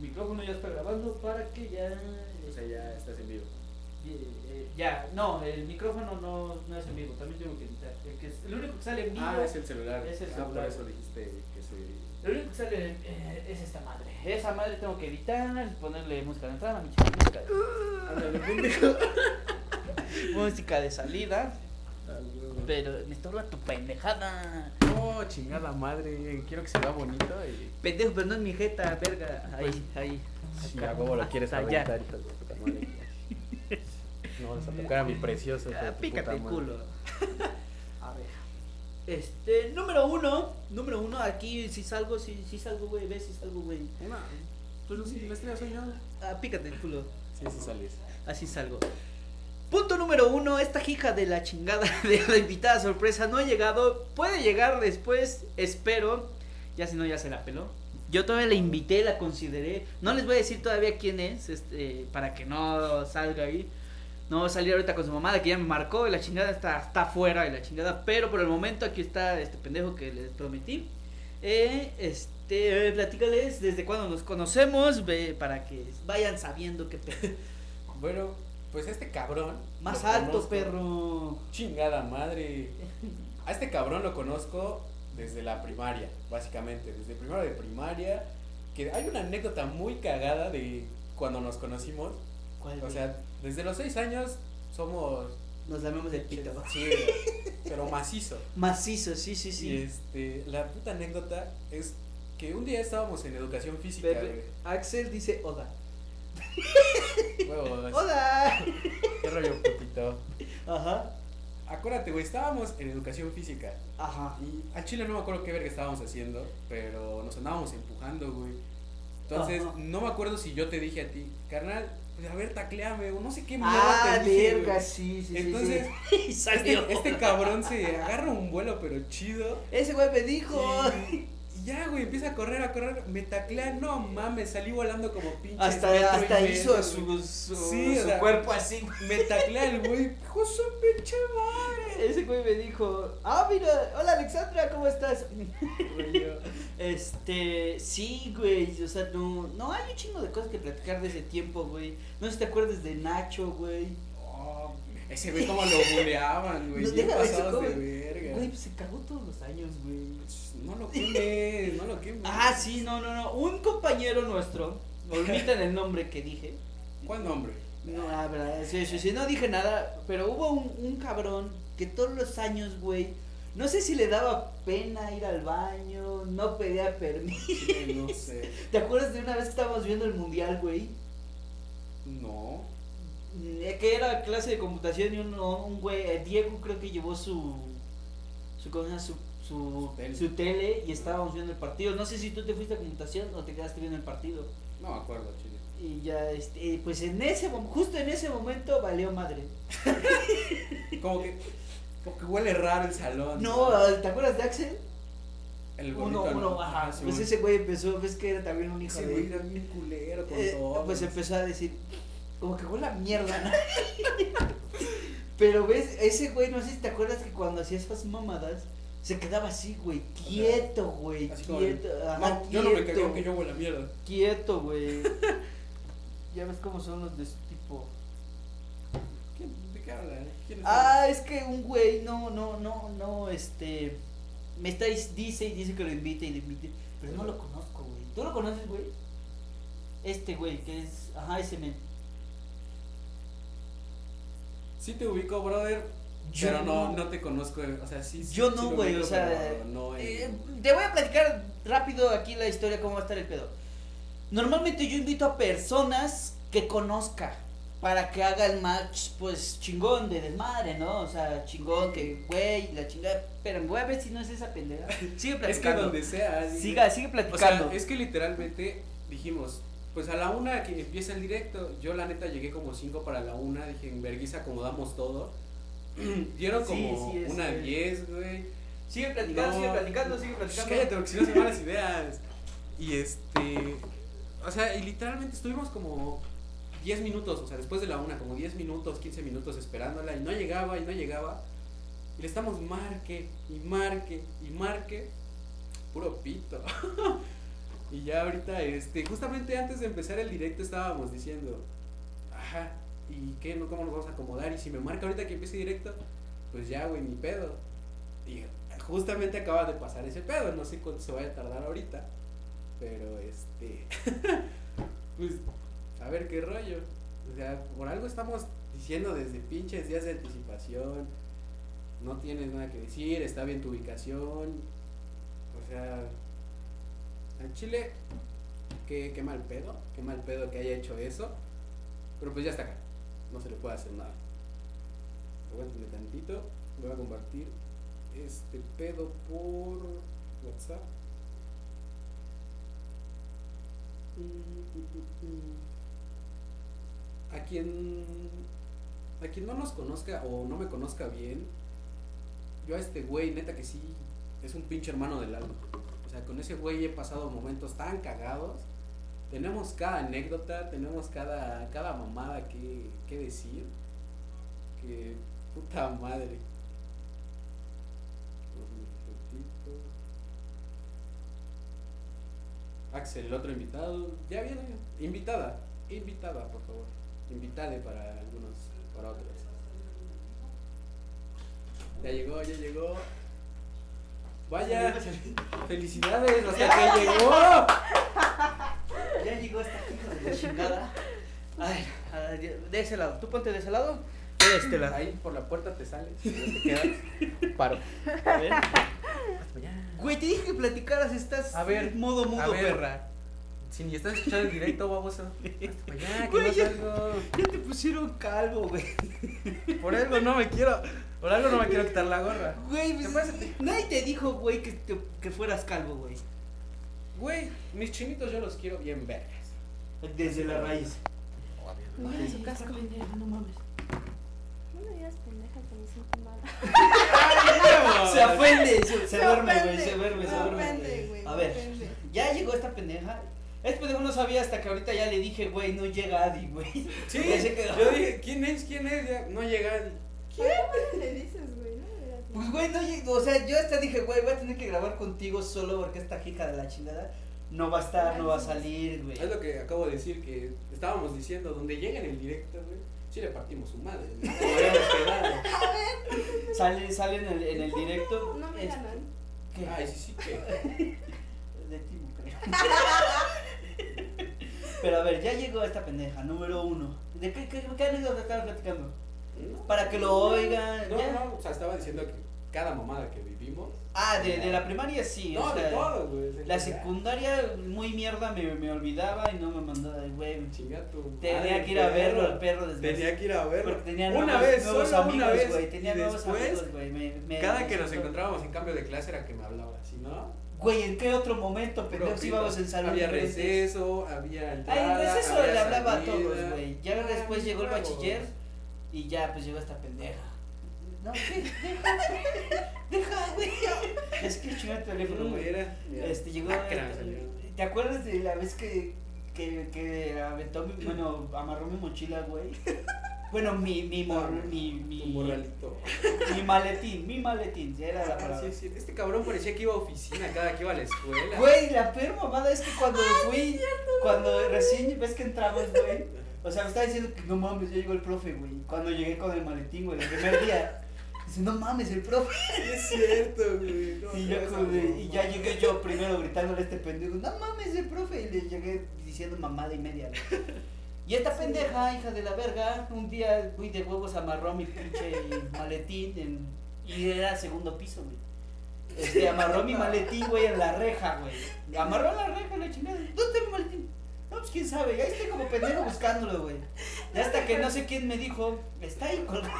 micrófono ya está grabando para que ya. O sea, ya estás en vivo. eh, eh, ya, no, el micrófono no, no es en vivo, también tengo que editar. El, que es- el único que sale en vivo. Ah, es el celular. Es el Ah, celular. por eso dijiste que se... El único que sale en- eh, es esta madre. Esa madre tengo que editar, ponerle música de entrada, música de- música Ándale, pendejo. de, música de salida. Ah, huevo. Pero me estorba tu pendejada. No, Oh, chingada madre. Quiero que se vea bonito y... Pendejo, pero no es mi jeta, verga. Ahí, ahí. Si Acá. a huevo lo quieres Hasta allá. aventar, hijo de puta madre. No vas a tocar a mi precioso. hijo de Ah, tu pícate puta el madre. culo. A ver. Este, número uno. Número uno, aquí si salgo, si, si salgo, güey. Ves si salgo, güey. No, pues sí, la estrella soy yo. Ah, pícate el culo. Sí, sí sales. Así salgo. Punto número uno, esta hija de la chingada de la invitada sorpresa no ha llegado. Puede llegar después, espero. Ya si no, ya se la peló. Yo todavía la invité, la consideré. No les voy a decir todavía quién es, este, para que no salga ahí. No va a salir ahorita con su mamada que ya me marcó y la chingada está, está afuera y la chingada. Pero por el momento aquí está este pendejo que les prometí. Eh, este, eh, platícales desde cuándo nos conocemos ve, para que vayan sabiendo qué pedo. Bueno, pues este cabrón. Más lo alto, conozco. perro. Chingada madre. A este cabrón lo conozco desde la primaria, básicamente. Desde primero de primaria. Que hay una anécdota muy cagada de cuando nos conocimos. ¿Cuál, O güey? sea, desde los seis años somos. nos llamamos el pito. Sí, güey, pero macizo. Macizo, sí, sí, Y sí. este, la puta anécdota es que un día estábamos en educación física. Pepe, Axel dice Oda. güey. Huevos. ¡Oda! Qué rollo, putito. Ajá, Acuérdate, güey, estábamos en educación física. ajá. Y a Chile no me acuerdo qué verga estábamos haciendo, pero nos andábamos empujando, güey. Entonces, Ajá. no me acuerdo si yo te dije a ti, carnal, pues, a ver, tacleame, o no sé qué mierda Ah, te dije, güey. verga, sí, sí, sí, sí. Entonces, Y salió. este, este cabrón se agarra un vuelo, pero chido. Ese güey me dijo. Y, y ya, güey, empieza a correr, a correr. Me taclea, no mames, salí volando como pinche. metro Hasta, y hasta medio, hizo güey. su, su, Sí, o su sea, cuerpo así. Me taclea el güey, hijo de su pinche madre. Ese güey me dijo, ah, mira, hola Alexandra, ¿cómo estás? Güey, yo, Este, sí, güey, o sea, no, no, hay un chingo de cosas que platicar de ese tiempo, güey. No sé si te acuerdas de Nacho, güey. oh, ese güey como lo buleaban, güey. No, bien deja de eso, pasados de ¿cómo? verga. Güey, pues se cagó todos los años, güey. No lo quemes, no lo quemes. Ah, sí, no, no, no. Un compañero nuestro, olviden el nombre que dije. ¿Cuál nombre? No, la verdad, sí, sí, sí, no dije nada, pero hubo un, un cabrón que todos los años, güey, no sé si le daba pena ir al baño, no pedía permiso. Eh, No sé. ¿Te acuerdas de una vez que estábamos viendo el mundial, güey? No. Mm, eh, Que era clase de computación y un, un güey, eh, Diego creo que llevó su, su, cosa, su, su, Su tele. su tele y estábamos viendo el partido. No sé si tú te fuiste a computación o te quedaste viendo el partido. No me acuerdo, chile. Y ya, este, eh, pues en ese mom- justo en ese momento valió madre. Como que, como que huele raro el salón. No, ¿te acuerdas de Axel? El Uno, gordito, uno, ¿no? ajá. Sí, Pues ese güey empezó, ves que era también un hijo ese de... güey era bien culero con Eh, todo. pues empezó a decir, como que huele a mierda, ¿no? Pero ves, ese güey, no sé si te acuerdas que cuando hacía esas mamadas, se quedaba así, güey, quieto, güey, Así como quieto. ajá, No, yo no me quieto, cagué que yo huele a mierda. Quieto, güey. ya ves cómo son los de su tipo. ¿Quién- ¿De qué habla? eh? ¿Quién es? Ah, es que un güey, no, no, no, no, este, me está, dis- dice y dice que lo invite y lo invite, pero no lo conozco, güey. ¿Tú lo conoces, güey? Este güey, que es, ajá, ese men. Sí te ubico, brother. Yo pero no, no. no te conozco. O sea, sí. sí Yo sí no, lo güey, ubico, o sea, pero No, eh, Eh, te voy a platicar rápido aquí la historia, cómo va a estar el pedo. Normalmente yo invito a personas que conozca para que haga el match, pues chingón de desmadre, ¿no? O sea, chingón que, güey, la chingada. Pero voy a ver si no es esa pendeja. Sigue es que platicando. donde sea. así- Siga, sigue O sea, platicando. es que literalmente dijimos, pues a la una que empieza el directo, yo la neta llegué como cinco para la una, dije, en vergüenza acomodamos todo. Dieron Sí, como sí, es, una güey. diez, güey. Sigue No. Shh, Cállate, porque si no se van las ideas. Y este, o sea, y literalmente estuvimos como 10 minutos, o sea, después de la una, como 10 minutos, 15 minutos esperándola y no llegaba y no llegaba. Y le estamos marque y marque y marque. Puro pito. y ya ahorita, este, justamente antes de empezar el directo estábamos diciendo, ajá, ¿y qué? ¿No? ¿Cómo nos vamos a acomodar? Y si me marca ahorita que empiece directo, pues ya, güey, ni pedo. Y justamente acaba de pasar ese pedo, no sé cuánto se vaya a tardar ahorita, pero este, pues, a ver qué rollo. O sea, por algo estamos diciendo desde pinches días de anticipación, no tienes nada que decir, está bien tu ubicación, o sea, en Chile, qué, qué mal pedo, qué mal pedo que haya hecho eso, pero pues ya está acá, no se le puede hacer nada. Aguántenme tantito, voy a compartir este pedo por WhatsApp. A quien, a quien no nos conozca o no me conozca bien, yo a este güey, neta que sí, es un pinche hermano del alma. O sea, con ese güey he pasado momentos tan cagados. Tenemos cada anécdota, tenemos cada, cada mamada que, que decir. Que puta madre. Axel, el otro invitado. Ya viene. Invitada. Invitada, por favor. Invitade para algunos, para otros. Ya llegó, ya llegó. Vaya. Felicidades, hasta que llegó. Ya llegó esta hija de la chingada. A ver, a ver, de ese lado. Tú ponte de ese lado. Yo de este lado. Ahí por la puerta te sales. y no te quedas. Paro. A ver. Güey, te dije que platicaras. Estás A ver, en modo mudo, a ver. perra. Si ni estás escuchando el directo, baboso. Hasta para allá, que Güey, no ya- salgo. Ya te pusieron calvo, güey. Por algo no me quiero. Por algo no me quiero quitar la gorra. Güey, ¿Qué pues, pasa? nadie te dijo, güey, que, que, que fueras calvo, güey. Güey, mis chinitos yo los quiero bien vergas. Desde la raíz. Mira su casco. No mames. No me digas pendeja que me siento mal. Se ofende, se, se Se duerme, güey, ofende, se duerme, se me duerme. ofende, güey. güey, A me ver, ofende. ya llegó esta pendeja. Este pendejo no sabía hasta que ahorita ya le dije, güey, no llega Adi, güey. Sí, Ya se quedó. yo dije, ¿quién es? ¿Quién es? Ya, no llega. ¿Qué le dices, güey? No me digas Pues, güey, no llegó. O sea, yo hasta dije, güey, voy a tener que grabar contigo solo porque esta hija de la chingada no va a estar, no va a salir, güey. Es lo que acabo de decir, que estábamos diciendo, donde llega en el directo, güey, sí le partimos su madre. güey, como habíamos quedado. Sale, sale en el, en el directo. No me es- ganan. ¿qué? Ay, sí, sí que. De ti, mujer. Pero a ver, ya llegó esta pendeja, número uno. ¿De qué, qué, qué anécdota estaban platicando? No, Para que lo oigan. ya. no, no, o sea, estaba diciendo que cada mamada que vivimos. Ah, de, de la primaria sí. o No, de sea, todo, güey. La secundaria, muy mierda, me, me olvidaba y no me mandaba de güey. "Ah, Chinga tu madre, Tenía que ir a verlo al perro desde Tenía que ir a verlo. Porque tenía una nuevos, vez, nuevos solo una amigos, vez. güey. Tenía y nuevos después, amigos, güey. me- me- Cada que me- nos encontrábamos en cambio de clase era que me hablaba, si no. Güey, ¿en qué otro momento, puro pendejos, pito. íbamos en salón? Había diferentes? receso, había Ay, entrada. en receso había le hablaba a salida. todos, güey. Ya Ah, después llegó el huevos. bachiller y ya, pues llegó esta pendeja. No, ¿qué? Deja, deja, güey. Es que chingó el teléfono, Mm, güey. Era, era. Este, llegó. Ah, que la esta- salió. ¿Te acuerdas de la vez que, que, que aventó mi. Bueno, amarró mi mochila, güey? Bueno, mi, mi, mor- Ah, mi, Tu mi, morralito. mi maletín, mi maletín, ya era la Ah, palabra. sí, sí. Este cabrón parecía que iba a oficina cada que iba a la escuela. Güey, la peor mamada es que cuando fui, cuando recién ves que entramos, güey, o sea, me estaba diciendo que no mames, ya llegó el profe, güey. Cuando llegué con el maletín, güey, el primer día, dice, no mames, el profe. Es cierto, güey. no, Y, esa yo como de- y ya mamá. llegué yo primero gritándole a este pendejo, no mames, el profe. Y le llegué diciendo mamada y media. güey. Y esta pendeja, hija de la verga, un día fui de huevos, amarró mi pinche maletín en- y era segundo piso, güey. Este, amarró mi maletín, güey, en la reja, güey. Amarró la reja, la chingada. ¿Dónde está mi maletín? No, pues quién sabe. Y ahí estoy como pendejo buscándolo, güey. Y hasta que no sé quién me dijo, está ahí colgado.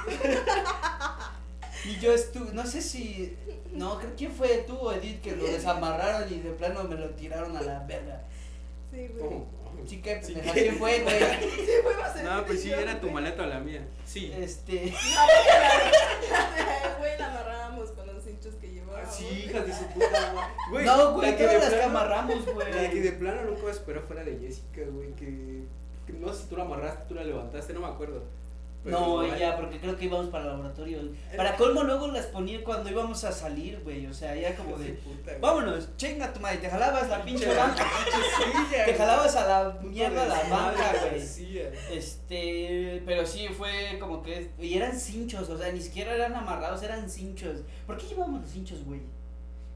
Y yo estuve, no sé si, no, creo quién fue tú o Edith que lo desamarraron y de plano me lo tiraron a la verga. Sí, güey. ¿Cómo? Sí, qué Sí, pendeja, qué- ¿quién fue, güey? Sí, güey, va a ser No, pues sí, idiota, era tu güey. maleta o la mía. Sí. Este, Ay, Güey, la amarrábamos con los hinchos que Ah, llevábamos. sí, hija de su puta. Güey, no, güey, la que de todas las que plano- amarramos, La que de güey. plano nunca esperó fuera de Jessica, güey, que, que no sé si tú la amarraste, tú la levantaste, no me acuerdo. No, Pero, ella, porque creo que íbamos para el laboratorio. Para colmo luego las ponía cuando íbamos a salir, güey. O sea, ya como de. puta, güey. Vámonos, chinga tu madre, te jalabas la pinche Pinche banca. silla, Te güey. jalabas a la Puta mierda la desmadre, banca, güey. silla. Este, pero sí, fue como que. Y eran cinchos, o sea, ni siquiera eran amarrados, eran cinchos. ¿Por qué llevábamos los cinchos, güey?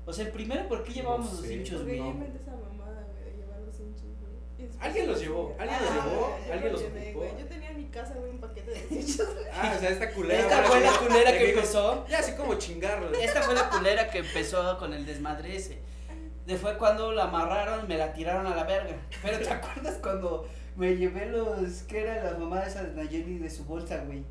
O sea, primero, ¿por qué llevábamos los sé. cinchos, güey? Porque yo inventé esa mamada, güey, de llevar los hinchos, güey. Y después- Alguien los llevó, alguien los Ah, llevó, güey, yo alguien los llevé, ocupó. güey. Yo tenía en mi casa, güey, un paquete de hinchos. Ah, o sea, esta culera. Esta ahora fue sí- la culera ya que digo, empezó. Ya así como chingarlo. Esta fue la culera que empezó con el desmadre ese. De fue cuando la amarraron y me la tiraron a la verga. Pero ¿te acuerdas cuando me llevé los. que eran las mamadas esas de Nayeli de su bolsa, güey?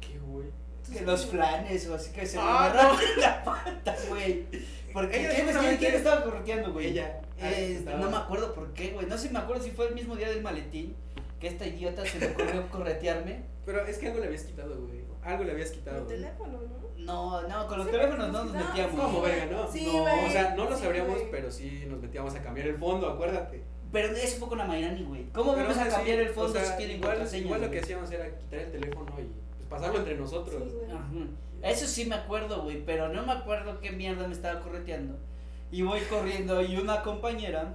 Qué güey. Que los flanes o así que se me Ah, amarraron en la pata, güey. Porque Ella ¿quién, quién, justamente- quién estaba correteando, güey? Ella. Ah, Eh, Estaba- no me acuerdo por qué, güey. No sé si me acuerdo si fue el mismo día del maletín que esta idiota se le ocurrió corretearme. Pero es que algo le habías quitado, güey. Algo le habías quitado. Mi güey. teléfono, ¿no? No, no, con los Sí, teléfonos no nos no, metíamos. ¿Cómo, verga, no? Sí, no, güey. o sea, no lo Sí, sabríamos, güey. pero sí nos metíamos a cambiar el fondo, acuérdate. Pero eso fue con la Mayrani, güey. ¿Cómo Pero vamos aún a así, cambiar el o fondo sea, si tienen igual, contraseña? igual lo que hacíamos era quitar el teléfono y pues, pasarlo entre nosotros. Sí, güey. Eso sí me acuerdo, güey, pero no me acuerdo qué mierda me estaba correteando. Y voy corriendo y una compañera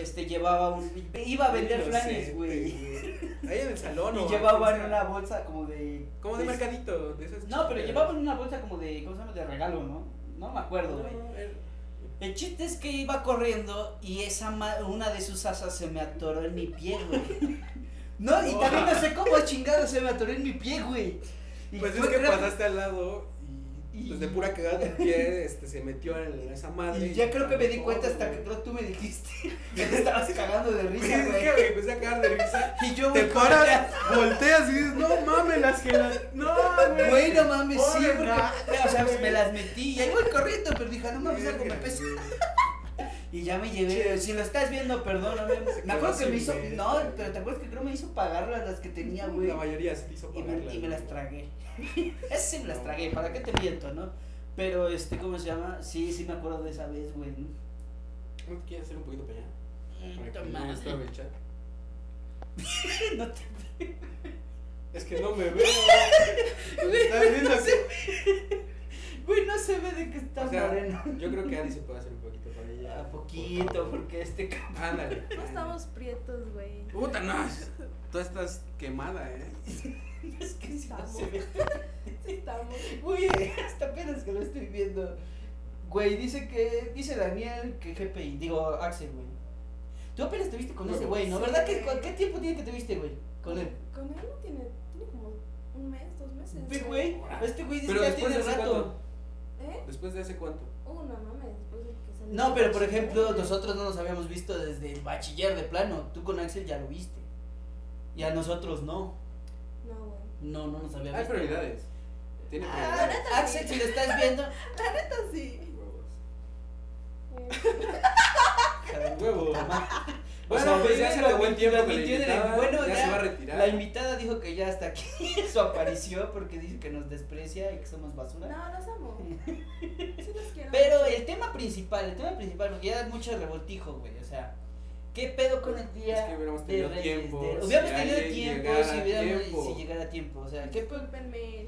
este llevaba un iba a vender planes, flanes, güey. Ahí en el salón. o Y llevaban antes, una bolsa como de Como de mercadito, de esas No, pero chiquitas. llevaban una bolsa como de ¿cómo se llama? de regalo, ¿no? No me acuerdo, No, güey. el- El chiste es que iba corriendo y esa ma- una de sus asas se me atoró en mi pie, güey. No, Oh. y también no sé cómo chingado se me atoró en mi pie, güey. Y Pues es fue que rápido. pasaste al lado y pues de pura cagada de pie este, se metió en esa madre. Oh. Y ya creo que me di cuenta hasta que creo tú me dijiste que te estabas cagando de Pues, risa, es que güey. me empecé a cagar de risa. Y yo, Te güey, paras, volteas y dices, no mames, las que las. No, güey. Güey, no mames, sí, Pobre porque, o sea, pues, me las metí y ahí voy corriendo, pero dije, "Ah, no mames, algo me pesa. Y ya me llevé, si lo estás viendo, perdóname. Me acuerdo que me hizo, no, pero te acuerdas que creo me hizo pagarlas las que tenía, güey. La mayoría se te hizo Y pagarla, me, y me las güey. tragué. Esas sí me las tragué, ¿para qué te miento, no? Pero, este, ¿cómo se llama? Sí, sí me acuerdo de esa vez, güey. ¿No te quieres hacer un poquito para allá? Para que no Tomás. estorbe el chat. No te Es que no me veo. güey. ¿Estás viendo no que- se Güey, no se ve de que está O sea, moreno. yo creo que Adi se puede hacer un poquito para ella. A poquito, porque este ca- Ándale. No estamos prietos, güey. Puta, no. Tú estás quemada, eh. es que si no Estamos. se ve. Sí, estamos. Güey, hasta apenas que lo estoy viendo. Güey, dice que. Dice Daniel que GPI. Digo, Axel, güey. Tú apenas te viste con ese güey, ¿no? Sí, ¿Verdad que güey. cu- qué tiempo tiene que te viste, güey? Con él. Con él no tiene, tiene como un mes, dos meses. Ve, güey. Este güey dice Pero que ya después tiene de hace rato. cuánto. ¿Eh? Después de hace cuánto. Uh, no mames, después de que salió. No, pero por ejemplo, nosotros no nos habíamos visto desde el bachiller de plano. Tú con Axel ya lo viste. Y a nosotros no. No, güey. No, no nos había Hay visto. prioridades. Tiene Ah, prioridades. Axel, si lo estás viendo. Neta sí. Huevos. Güey. Huevo. O Bueno, sea, pues ya ves hace lo buen que- tiempo lo que que la tiene de invitada bueno, ya, ya se va a retirar. La invitada dijo que ya hasta aquí su aparición porque dice que nos desprecia y que somos basura. No, los amo. Sí los quiero. Pero el tema principal, el tema principal, porque ya da mucho revoltijo, güey. O sea, ¿qué pedo con el día? Es que hubiéramos de tenido Reyes, tiempo, de- si Hubiéramos tenido alguien tiempo llegara si a hubiéramos tiempo. Pues si llegara a tiempo. O sea, ¿qué pedo? Discúlpenme.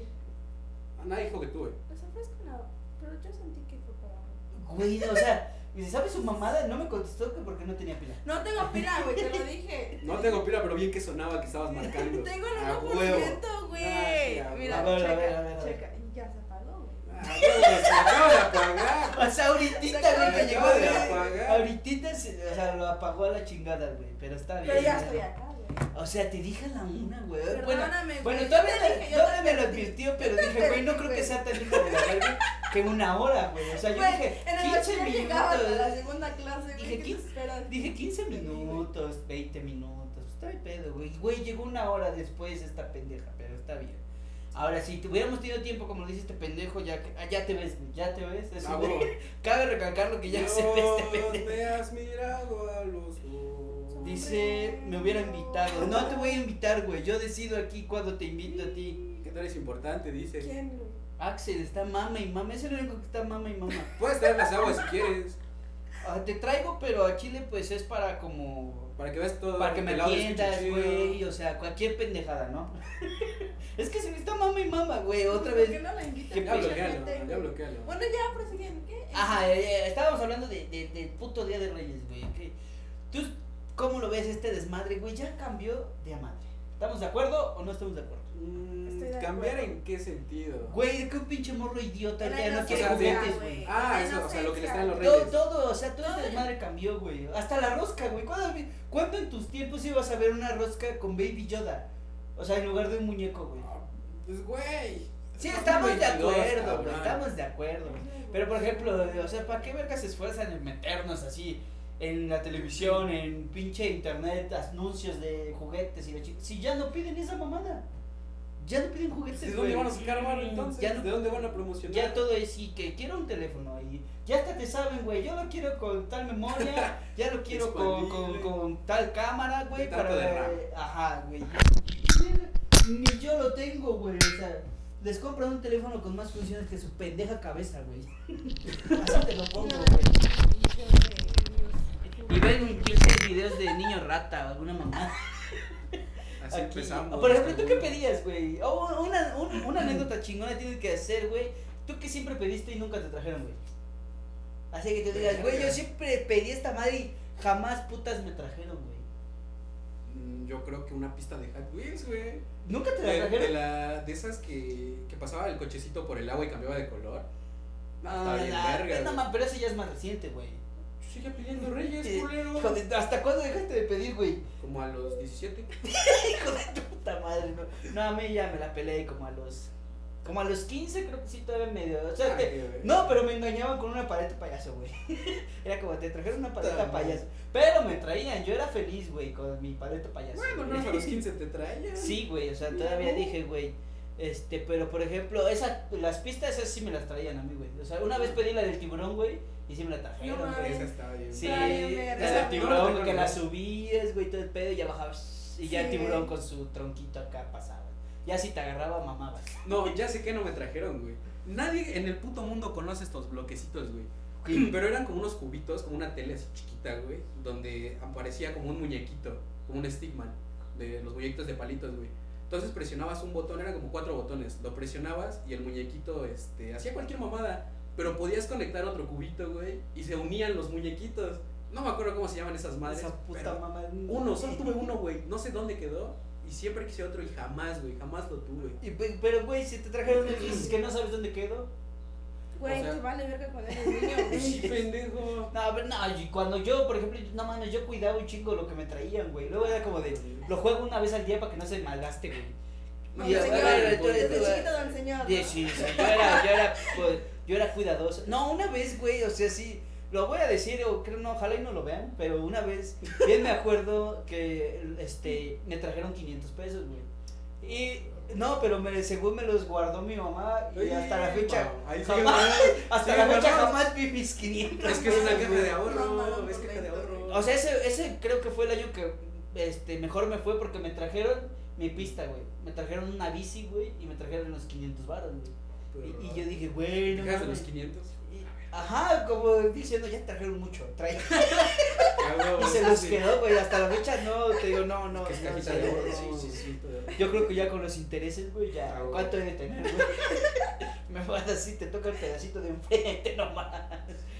Nada hijo que tuve. Les ofrezco una. Pero yo sentí que fue para. Güey, o sea, y si sabe su mamada, no me contestó que porque no tenía pila. No tengo pila, güey, te lo dije. No tengo pila, pero bien que sonaba que estabas marcando. Tengo el A 1%, güey. Ah, sí, a Mira, huevo. A ver, checa, a ver, a ver, a ver. checa. Y ya se apagó, güey. Ah, huevo, se acaba de apagar. O sea, ahorita, Se güey, que llegó, acaba de güey. apagar. Ahorita, se- o sea, lo apagó a la chingada, güey. Pero está bien. Pero ya güey. estoy acá, güey. O sea, te dije a la una, güey. Bueno, Perdóname, güey. bueno, yo todavía, te la- dije, yo todavía te- me lo advirtió, pero dije, güey, no creo que güey. sea tan hijo de la verga que una hora, güey. O sea, yo Güey, dije, en el 15 bachiller llegaba a la minutos. segunda clase, Dije, güey, ¿qué te "Quince". esperas? Dije 15 minutos, 20 minutos. pues, Está de pedo, güey. Güey, llegó una hora después esta pendeja, pero está bien. Ahora, si hubiéramos tenido tiempo, como dice este pendejo, ya, que- ah, ya te ves, güey, ya te ves. Es Ah, un- huevo. Cabe recalcar lo que ya se ve este Dios, pendejo. me has mirado a los ojos. Dice, me hubiera invitado. No te voy a invitar, güey. Yo decido aquí cuando te invito a ti. Que tú eres importante, dice. ¿Quién, güey? Axel está mama y mama, es el único que está mama y mama. Puedes traer las aguas si quieres. ah, te traigo, pero a Chile pues es para como... Para que veas todo. Para que me pelado, escuche entiendas, chido. güey, o sea, cualquier pendejada, ¿no? es que se me está mama y mama, güey, otra ¿Por qué vez. no la invitan? Qué Ya Mucha bloquealo, gente, ya güey. bloquealo. Bueno, ya prosiguen. ¿Qué? Ajá, eh, eh, estábamos hablando de, de- del puto Día de Reyes, güey, ok. ¿Tú cómo lo ves este desmadre, güey? Ya cambió de madre. ¿Estamos de acuerdo o no estamos de acuerdo? Mm, Estoy de ¿Cambiar acuerdo. en qué sentido? Güey, es que un pinche morro idiota La ya no quiere inocencia, juguetes, güey. güey. Ah, La eso, o sea, lo que le están los Todo, reyes. todo, o sea, todo Todo. esta madre cambió, güey. Hasta la rosca, güey. ¿Cuándo, vi- cuándo en tus tiempos ibas a ver una rosca con Baby Yoda? O sea, en lugar de un muñeco, güey. Pues, güey. Sí, estamos de 22, acuerdo, güey. cabrón. Estamos de acuerdo. Pero, por ejemplo, o sea, ¿para qué verga se esfuerzan en meternos así en la televisión, en pinche internet, anuncios de juguetes y la chica? Si ya no piden esa mamada. Ya no piden juguetes, ¿De güey. dónde van a sacar barro entonces? Ya no- ¿De dónde van a promocionar? Ya todo es, y que quiero un teléfono, y ya hasta te saben, güey, yo lo quiero con tal memoria, ya lo quiero con, con, Disponible. con tal cámara, güey, De tanto para... de RAM. Ajá, güey. Ni yo lo tengo, güey, o sea, les compran un teléfono con más funciones que su pendeja cabeza, güey. Así te lo pongo, güey. Y ven inclusive videos de niño rata o alguna mamá. Así Aquí. empezamos. Por ejemplo, ¿tú qué güey. pedías, güey? O una, un- una anécdota chingona tienes que hacer, güey. ¿Tú qué siempre pediste y nunca te trajeron, güey? Así que tú digas, güey, yo siempre pedí esta madre y jamás putas me trajeron, güey. Mm, Yo creo que una pista de Hot Wheels, güey. ¿Nunca te la De, de trajeron? la, de esas que, que pasaba el cochecito por el agua y cambiaba de color. Ah, Está bien la- verga, no, güey. ma, pero eso ya es más reciente, güey. Sigue pidiendo reyes, Sí. culero. Hijo de- ¿Hasta cuándo dejaste de pedir, güey? Como a los 17. Hijo de puta madre, no. No, a mí ya me la peleé como a los. Como a los 15, creo que sí, todavía medio. O sea, Ay, te- güey. No, pero me engañaban con una paleta payaso, güey. Era como, te trajeron una paleta Puta madre. payaso. Pero me traían, yo era feliz, güey, con mi paleta payaso. Bueno, güey. no, a los 15 te traían. Sí, güey, o sea, todavía dije, güey. Este, pero por ejemplo, esa, las pistas esas sí me las traían a mí, güey. O sea, una vez pedí la del tiburón, güey, y sí me la No trajeron, mames. güey. Esa estaba bien. Sí, la Ay, verga. del No, no, tiburón, no, que no. la subías, güey, todo el pedo, y ya bajabas. Y ya el Sí. tiburón con su tronquito acá pasaba. Ya si te agarraba, mamabas. No, ya sé que no me trajeron, güey. Nadie en el puto mundo conoce estos bloquecitos, güey. Sí. Pero eran como unos cubitos, como una tele así chiquita, güey, donde aparecía como un muñequito, como un Stigman, de los muñequitos de palitos, güey. Entonces presionabas un botón, eran como cuatro botones. Lo presionabas y el muñequito este, hacía cualquier mamada, pero podías conectar otro cubito, güey, y se unían los muñequitos. No me acuerdo cómo se llaman esas madres. Esa puta pero mamá. uno, solo tuve uno, güey. No sé dónde quedó y siempre quise otro y jamás, güey, jamás lo tuve. Y pe- pero, güey, si te trajeron unos dices que no sabes dónde quedó. Güey, O sea- tú vale verga cuando eres niño, güey. Sí, pendejo. No, a ver, no, y cuando yo, por ejemplo, yo- no mames, yo cuidaba un chingo lo que me traían, güey. Luego era como de, lo juego una vez al día para que no se malgaste, güey. No, Y ya, así, a güey, ver, tú eres- güey. Desde chiquito lo enseñaba. Y sí, sí, yo era, yo era, pues, yo era cuidadoso. No, una vez, güey, o sea, sí, lo voy a decir, o creo, no, ojalá y no lo vean, pero una vez, bien me acuerdo que, este, me trajeron 500 pesos, güey. Y, no, pero me, según me los guardó mi mamá y hasta la fecha, Ahí sigue, jamás, güey. hasta sí, la fecha guardados. jamás vi mis 500 Es que es una pesos, caja güey. de No, ahorro, no, es caja de no, ahorro. O sea, ese, ese creo que fue el año que este, mejor me fue porque me trajeron mi pista, güey. Me trajeron una bici, güey, y me trajeron los 500 baros, güey. Y, y yo dije, güey, no Cajas de los mames. 500. Y- Ajá, como diciendo, ya trajeron mucho, trae. Cabrón, Y se sí, los sí. quedó, güey, hasta la fecha no, te digo, no, no. Que es no, cajita sí, de ahorro. sí, sí, sí. sí, todo. Yo creo que ya con los intereses, güey, ya, Ah, güey. ¿cuánto he de tener, güey? me vas así, te toca el pedacito de enfrente nomás.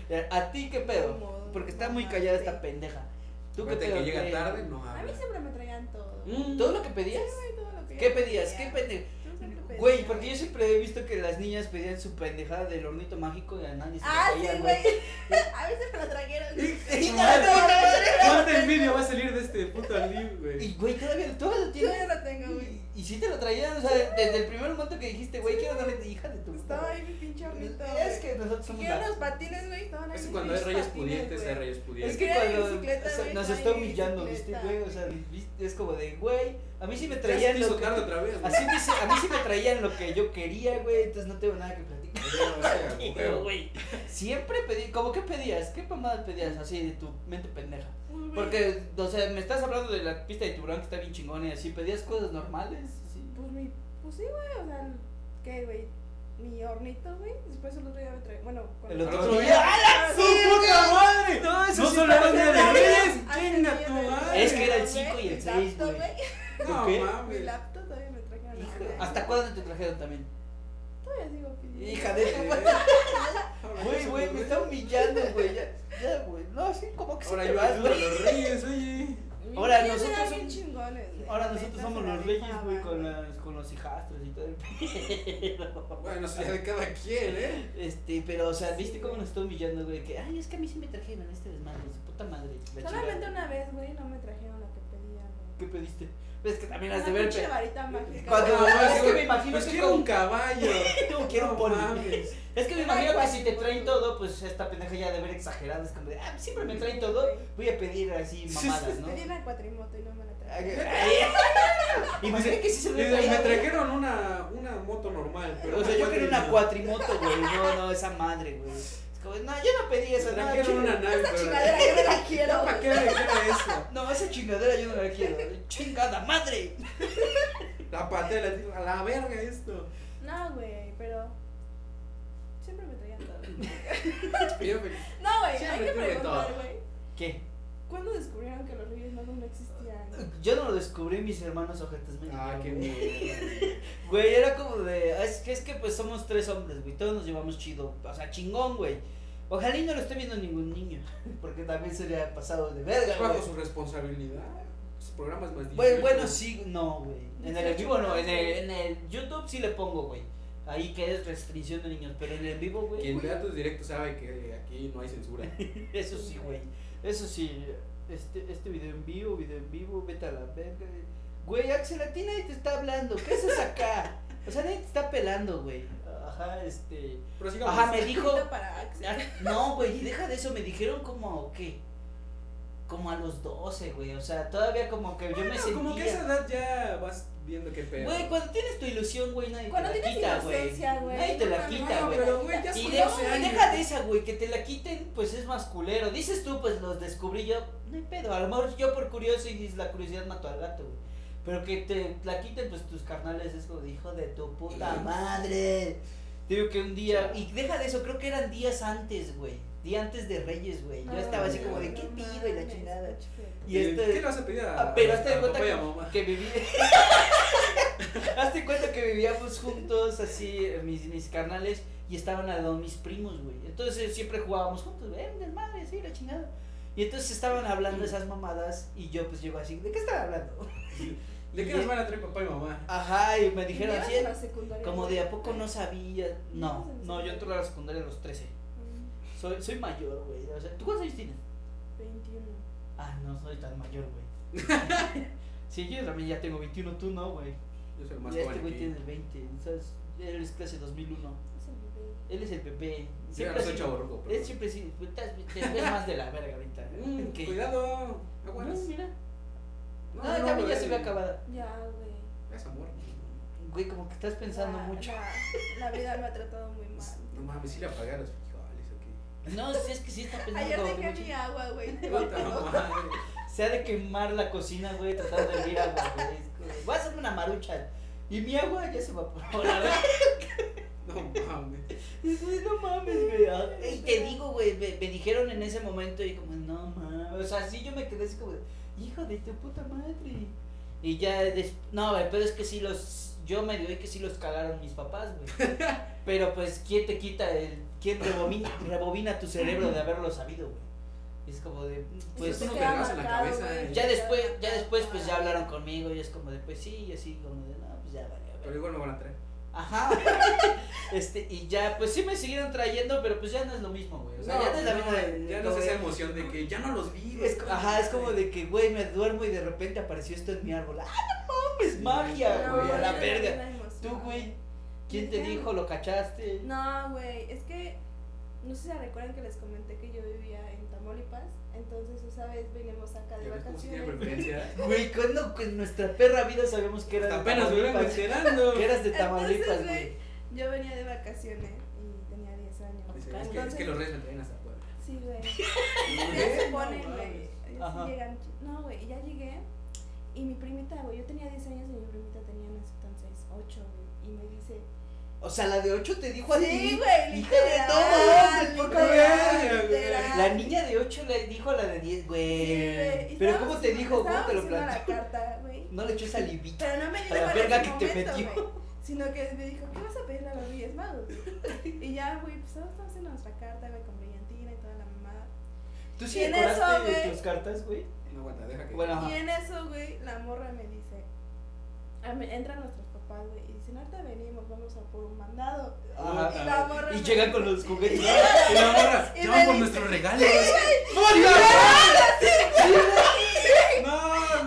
Ya, ¿A ti qué pedo? Como- Porque está muy no, callada sí. esta pendeja. ¿Tú qué Aparte pedo? que eh, llega ¿Qué- tarde, no A mí habla. siempre me traían todo. Mm. ¿Todo lo que pedías? Ay, todo lo que ¿Qué yo pedías? ¿Qué quería. pende... Yo siempre pedía. Güey, porque yo siempre he visto que las niñas pedían su pendejada del hornito mágico y a nadie se le Ah, caía, sí, güey. A mí se me lo trajeron. Y- ¿Cuánta envidia va a salir de este puto live, güey? Y güey, todavía, todavía lo Yo ya tienes. lo tengo, güey. Y, y sí te lo traían, o sea, desde el primer momento que dijiste, güey, quiero darle hija de tu Estaba puta. ahí mi pinche madre". hornito. Es güey. que nosotros somos Quiero la... unos patines, güey. Estaban ahí Es que mis cuando hay pinches reyes patines, pudientes, güey. hay reyes pudientes. Es que Quiero mi cuando bicicleta, o sea, güey, nos trae está mi humillando, ¿viste, bicicleta. güey? O sea, ¿viste? es como de, güey, a mí sí me Ya se traían te lo hizo que... tarde otra vez, güey. Así me, hice- a mí sí me traían lo que yo quería, güey, entonces no tengo nada que platicar. O sea, Pero, güey. güey, Siempre pedí, ¿cómo qué pedías? ¿Qué mamada pedías así de tu mente pendeja? Uy, Pues, güey. Porque, o sea, me estás hablando de la pista de tiburón que está bien chingona y así, ¿pedías cosas normales? Sí. Pues, mi, pues sí, güey, o sea, ¿qué, güey? Mi hornito, güey, después el otro día me trae, bueno, con El otro otro día. día. ¡Ah, la ¡Su sí, puta güey! madre! No, era el día de Hace Reyes, miedo, hace chinga miedo, tu güey. madre. Es que era el Güey, cinco y el mi seis, laptop, güey. No ¿Qué? Mi mames. laptop todavía me trajeron. Hija, la- ¿Hasta cuándo te trajeron también? Todavía sigo pidiendo. Hija de tu madre. Güey, güey, me está humillando, güey. Ya, ya, güey. No, así como que se Ahora te yo vas, ayudo a güey. los Reyes, oye. Mis Ahora tíos nosotros eran somos- bien chingones, güey. Ahora La nosotros neta somos se la los reyes, güey, rifaban, con, las- con los hijastros y todo el pedo. Bueno, eso ya de cada quien, ¿eh? Este, pero, o sea, ¿viste cómo nos está humillando, güey? Que, ay, es que a mí sí me trajeron este desmadre, su puta madre. la Solamente chingada". una vez, güey, no me trajeron la que pedía, güey. ¿Qué pediste? Pues, Es que también has Una de ver, pinche pe- varita mágica. Cuando- güey. es que güey, me imagino pues que quiero con- un caballo. No, quiero un No poli. mames. Es que me imagino que si te traen todo, pues esta pendeja ya de ver exagerada, es como de, ah, siempre me traen todo, voy a pedir así mamadas, ¿no? Pedí una cuatrimoto y no me la trajeron. Imagínate que sí se Y me de- Me traía, güey. trajeron una, una moto normal. Pero O sea, yo quería una cuadra. cuatrimoto, güey. No, no, esa madre, güey. Es como, no, yo no pedí eso, Me no, trajeron chinga- una nave, Esta pero. chingadera yo me la quiero. ¿Yo para güey. qué me quiero eso? No, esa chingadera yo no la quiero. ¡Chingada madre! La pateé, le digo, a la verga esto. No, güey, pero. Siempre me traían todo. Y yo me- No, güey, hay Siempre que tuve preguntar, todo. güey. ¿Qué? ¿Cuándo descubrieron que los Reyes Magos no existían? Yo no lo descubrí, mis hermanos ojetes me Ah, dijeron, qué güey. mierda. Güey, era como de. "Ah, Es que, es que pues somos tres hombres, güey. Todos nos llevamos chido. O sea, chingón, güey. Ojalá y no lo esté viendo ningún niño. Porque también sería pasado de verga, Bajo güey. su responsabilidad. Su programa es más Bueno, difícil. Pues, bueno, sí, no, güey. En el en vivo no. En el, en el YouTube sí le pongo, güey. Ahí que es restricción de niños. Pero en el vivo, güey. Quien vea tus directos sabe que aquí no hay censura. Eso sí, güey. Eso sí. Este, este video en vivo, video en vivo, vete a la verga. Güey, Axel, a ti nadie te está hablando. ¿Qué haces acá? O sea, nadie te está pelando, güey. Ajá, este. Pero sigamos. Ajá, me dijo. Para Axel. Ah, No, güey, deja de eso. Me dijeron como, ¿qué? Como a los 12, güey. O sea, todavía como que yo me Bueno, sentía. como que a esa edad ya vas viendo qué pedo. Güey, cuando tienes tu ilusión, güey, nadie Cuando te la tienes quita, güey. inocencia, güey. Nadie te la mames, quita, no, güey. Pero, güey, ya son Y Y, son de- 12 y años. deja de esa, güey, que te la quiten, pues es más culero. Dices tú, pues los descubrí yo. No hay pedo. A lo mejor yo por curioso y la curiosidad mató al gato, güey. Pero que te la quiten, pues tus carnales es como de hijo de tu puta madre. Te Digo que un día. Y deja de eso, creo que eran días antes, güey. Día antes de Reyes, güey. Yo No, estaba así no, como de no qué pido y la mames, chingada. pinche. Y Eh, este- ¿Qué le vas a pedir a, Ah, pero hazte a de cuenta papá y que, a mamá? que viví. hazte de cuenta que vivíamos juntos así eh, mis, mis carnales y estaban al lado mis primos, güey. Entonces siempre jugábamos juntos, güey, un desmadre, sí, la chingada. Y entonces estaban hablando esas mamadas y yo pues llego así, ¿de qué están hablando? ¿De qué nos van a traer papá y mamá? Ajá, y me dijeron Llevas así, en la secundaria, como güey. de a poco no sabía. No, no, yo entré a la secundaria a los 13. Mm, Soy, soy mayor, güey. O sea, ¿tú cuántos años tienes? 21. Ah, no soy tan mayor, güey. sí, yo también ya tengo 21, tú no, güey. Yo soy el más Ya este joven güey aquí. tiene 20, entonces él es clase 2001. Es el bebé. Él es el bebé. Yo ya Siempre no soy así- chavorruco, pero- Él siempre sí, pues, te, te ves más de la verga ahorita. Mm, Que- Cuidado, aguas. No, mira. No, no, también ya güey. se ve acabada. Ya, güey. Es amor. Güey, como que estás pensando La- mucho. Ah, La, la vida me ha tratado muy mal. No mames, si le apagaron los frijoles No, sí, es que sí está pensando Ayer como dejé mucho. mi agua, güey. aquí. Puta madre. Se ha de quemar la cocina, güey, tratando de hervir agua, güey. Es como, Voy a hacerme una marucha. Y mi agua ya se evaporó, la verdad. No mames. Es, güey, No mames, güey. Ah, Y te digo, güey, me, me dijeron en ese momento y como, no mames. O sea, sí yo me quedé así como, hijo de tu puta madre. Y ya, des- no, güey, pero es que sí los, yo me doy que sí los cagaron mis papás, güey. Pero pues, ¿quién te quita el, quién rebobina, rebobina tu cerebro de haberlo sabido, güey? Es como de, pues, Eso Eso unos te queda vergazos en la marcado, cabeza, güey. eh. ya después, ya después, pues ya hablaron conmigo y es como de, pues sí, y así como de, no, pues ya vale, Pero igual me van a traer. Ajá. Este, y ya, pues sí me siguieron trayendo, pero pues ya no es lo mismo, güey. O sea, ya no es la misma. ya no es eh, esa emoción de que ya no los vi. güey. Es co- ajá, es como de que, güey, me duermo y de repente apareció esto en mi árbol. ¡Ah, no mames! Magia, No, güey, a la yo verga. tenía emoción. Tú, güey, ¿quién te Neta. dijo? ¿Lo cachaste? No, güey, es que no sé si recuerdan que les comenté que yo vivía en Tamaulipas, entonces esa vez veníamos acá de Ya ves cómo si tiene vacaciones. preferencia. Güey, cuando en nuestra perra vida sabemos que eras de Apenas me vengo Tamaulipas? enterando. Que eras de Entonces, Tamaulipas, güey, güey. Yo venía de vacaciones y tenía 10 años. Dice, Es que, es que los reyes me traen hasta Puebla. Sí, güey. Eh, Ya se no ponen, mames. güey. Ellos Ajá. sí llegan ch- No, güey, ya llegué. Y mi primita, güey, yo tenía 10 años y mi primita tenía en ese entonces 8, güey. Y me dice, O sea, la de 8 te dijo a ti. Sí, güey, Hija de literal, todo, güey, por literal, favor, güey. literal, La niña de 8 le dijo a la de 10, Sí, güey. güey, y Pero estábamos ¿cómo te haciendo- dijo? ¿Cómo te estábamos lo haciendo la planteó? carta, güey. No le echó salivita. Pero no me dio A la para verga ese que te momento, metió. güey. Sino que me dijo, ¿qué vas a pedirle a los Reyes Magos? Y ya, güey, pues estamos haciendo nuestra carta, güey, con brillantina y toda la mamada. ¿Tú sí Y en eso, decoraste güey. tus cartas, güey? No aguanta, deja que. Bueno, ajá. Y en eso, güey, la morra me dice, ah, me- entran nuestros papás, güey, y dicen, ahorita venimos, vamos a por un mandado. Ajá. Y la morra Y me llegan dice- con los juguetes. Y la morra, Y ya me van por dice- nuestros regalos. No,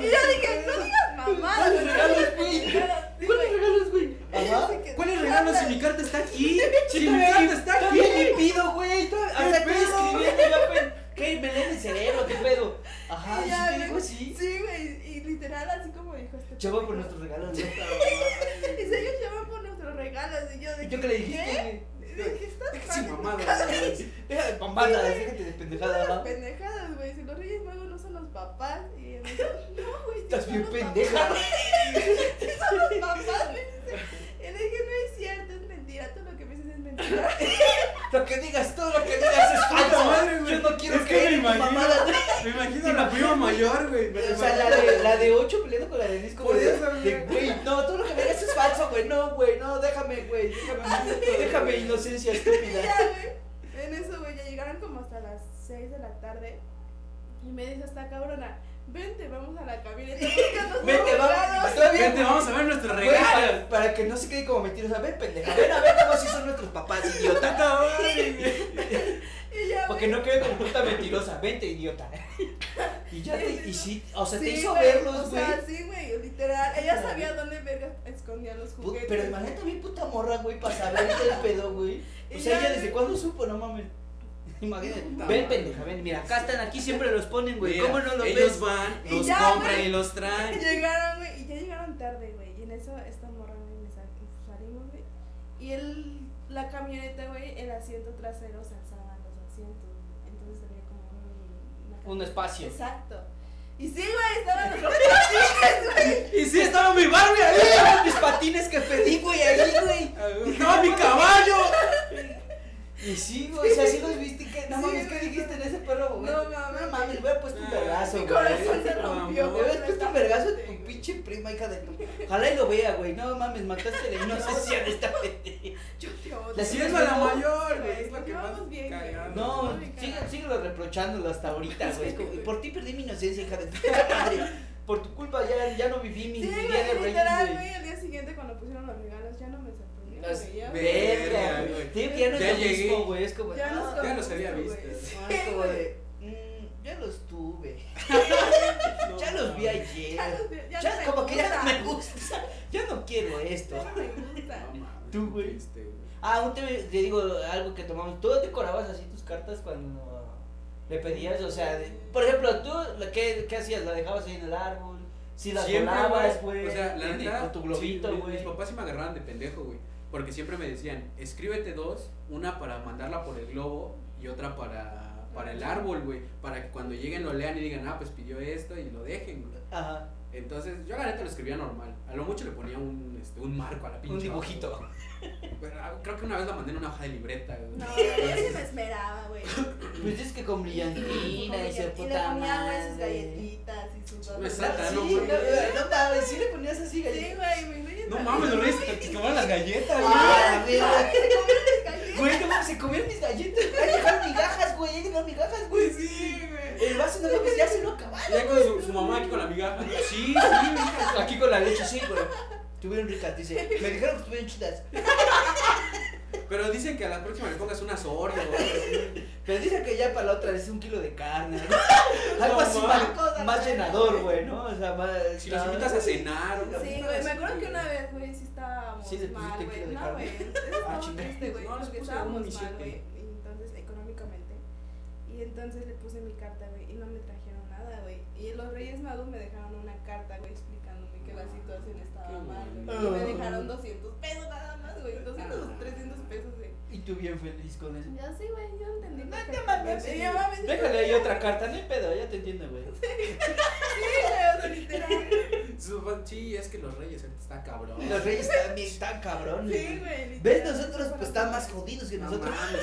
Y yo dije, no digas mamadas. ¿Cuáles regalos, güey? Y yo así, ¿Cuáles güey, regalos, güey? Ajá. así que- ¿Cuáles regalos si mi carta está aquí? Si mi Todavía- carta está aquí. todavía ni pido, güey. to- Hasta estoy pedo? escribiendo ya, güey. ¿Qué? Me leen el cerebro, qué pedo. Ajá, Y ¿y ya, si te digo güey, así? Sí, güey, y literal así como dijo este Yo voy por pendejo. nuestros regalos, ¿no? Y si ellos llevan por nuestros regalos y yo ¿Y de tú qué le dijiste? ¿Qué? Dije, estás Deja sin mal, mamadas, güey. Deja de pambadas, déjate de pendejada, Las ¿va? pendejadas, güey. Si los Reyes Magos no son los papás. Y él me dice, no, güey. sí Estás son bien los pendeja. papás". Sí son los papás, me dice. Y le dije, no es cierto, es mentira. Todo lo que me dices es mentira. Lo que digas, todo lo que digas es falso. madre, güey. Yo no quiero Es que creer me en tus imagino- mamadas. Me imagino a la prima mayor, güey. me O sea, la imagino. la de, la de 8 peleando con la de 10 como Por de, eso, güey. de, güey, no, todo lo que me digas es falso, güey, no, güey, no, déjame, güey, déjame, déjame inocencia Y estúpida. ya, güey. En eso, güey, ya llegaron como hasta las 6 de la tarde. Y me dice esta cabrona, vente, vamos a la cabina. Vete, vamos, todavía, Vente, vamos a ver nuestros güey, regalos. para, para que no se quede como mentirosa, ven, pendeja, ven a ver cómo así son nuestros papás, idiota. Y ya, Porque güey. no quede como puta mentirosa, vente, idiota. Y ya te, y sí, o sea, te Sí, hizo güey, verlos, O güey. sea, sí, güey, literal. Ella sabía dónde verga escondían los Put- juguetes. pero imagínate a mi puta morra, güey, para saber el pedo, güey. O Y sea, ya, ella desde güey. cuándo supo, no mames. Imagínate. Puta Ven, madre. pendeja, ven, mira, acá están, aquí siempre los ponen, güey. Mira, ¿Cómo no los ellos ves? van, Y los ya, compran güey. y los traen. Llegaron, güey, y ya llegaron tarde, güey. Y en eso esta morra, güey, me sa- salimos, güey. Y el, la camioneta, güey, el asiento trasero se alzaban los asientos. güey. Entonces había como un, una Un cam- espacio. Exacto. Y sí, güey, estaban los patines, güey. Y sí, estaba mi Barbie ahí. Estaban mis patines que pedí, güey, ahí, güey. Estaba mi caballo. Y sí, güey, o sea, sí los viste que. No Sí, mames, ¿qué güey, dijiste en ese perro, güey? No mames. No mames, güey, puesto un vergazo, Mi güey. corazón se no, rompió, no, Le güey. habías puesto un este vergazo a tu pinche prima, hija de tu. Ojalá y lo vea, güey. No mames, mataste la inocencia de esta pendeja. Yo te odio. La Sí, sigues es la mayor, güey. Es la Porque que más vamos bien, güey. cagada. No, me sigue- caga. síguelo reprochándolo hasta ahorita, güey. Es como, Por ti perdí mi inocencia, hija de tu madre. Por tu culpa ya, ya no viví mi mi Sí, día de güey, reyes, literal, güey. güey, al día siguiente cuando pusieron los regalos ya no me sorprendió, Las- güey, ya, ve- Verga, güey. güey. Te digo que ya no Ya es lo llegué. mismo, güey. Es como. Ya ah, los ya los había visto. Ah, Sí, es como güey. de, "Mm, ya los tuve. No, ya los vi ayer. Ya los vi- ya Ya, no me como que ya no gusta. me gusta. Yo no quiero esto. Ya no me gusta. No, mames, Tú, güey. triste, güey. Ah, un te, te digo algo que tomamos. ¿Tú decorabas así tus cartas cuando le pedías? O sea, de- por ejemplo, ¿tú la- qué, qué hacías? ¿La dejabas ahí en el árbol? ¿Si la Siempre, colabas, güey? O sea, la en- neta. Con tu sí, globito, mi- güey. mis papás sí me agarraban de pendejo, güey. Porque siempre me decían, escríbete dos, una para mandarla por el globo y otra para, para el árbol, güey. Para que cuando lleguen lo lean y digan, ah, pues pidió esto y lo dejen, güey. Ajá, Entonces, yo la neta lo escribía normal. A lo mucho le ponía un, este, un marco a la pinche. un hoja, dibujito. güey. Pero, ah, creo que una vez la mandé en una hoja de libreta, güey. No, güey, yo sí me esperaba, güey. Pues es que con brillantina y se Y le puta ponía, güey, madre. sus galletitas y sus No, dulces. exacto, Sí, no, no, güey. no mames, sí le ponías así Sí, galletas. güey, mis reyes No magos, mames, los reyes güey. te quemaban las galletas, güey. Ah, verga. Se comieron mis galletas. Güey, no mames, se comieron mis galletas. Ya llegaron migajas, güey. Ya llegaron migajas, güey. Güey, Pues sí, güey. El vaso no mames, ya se lo acabaron. Ya con su, su mamá aquí con la migaja. Sí, sí, hija. Aquí con la leche, sí, güey. Estuvieron ricas, dice. Me dijeron que estuvieron chidas. Pero dicen que a la próxima le pongas unas Oreo, güey. Pero dicen que ya para la otra es un kilo de carne. ¿no? No Algo así mames. más, más llenador, güey, ¿no? O sea, más. Si los invitas a cenar. una Sí, puta güey, así, me acuerdo que una vez, güey, sí estábamos Sí, le pusiste mal, güey. kilo de No, carne. güey, estábamos chinga. triste, güey, No, les porque puse estábamos uno y mal, siete. güey, y entonces económicamente. Y entonces le puse mi carta, güey, y no me trajeron nada, güey. Y los Reyes Magos me dejaron una carta, güey, explicándome que la situación Qué estaba mal, bonito. güey. Y me dejaron 200 pesos nada más, güey, 200 o 300 pesos, güey. Y tú bien feliz con eso. Yo sí, güey, yo entendí. No te perfectamente. mames. Y yo, mames, Déjale ahí otra carta, no hay pedo, ya te entiendo, güey. Sí, güey, o sea, literal. Sus papás, Sí, es que los reyes ahorita está cabrón. Los reyes también están cabrones. Sí, güey, literal. ¿Ves? Nosotros pues están pues, más jodidos que No nosotros. mames.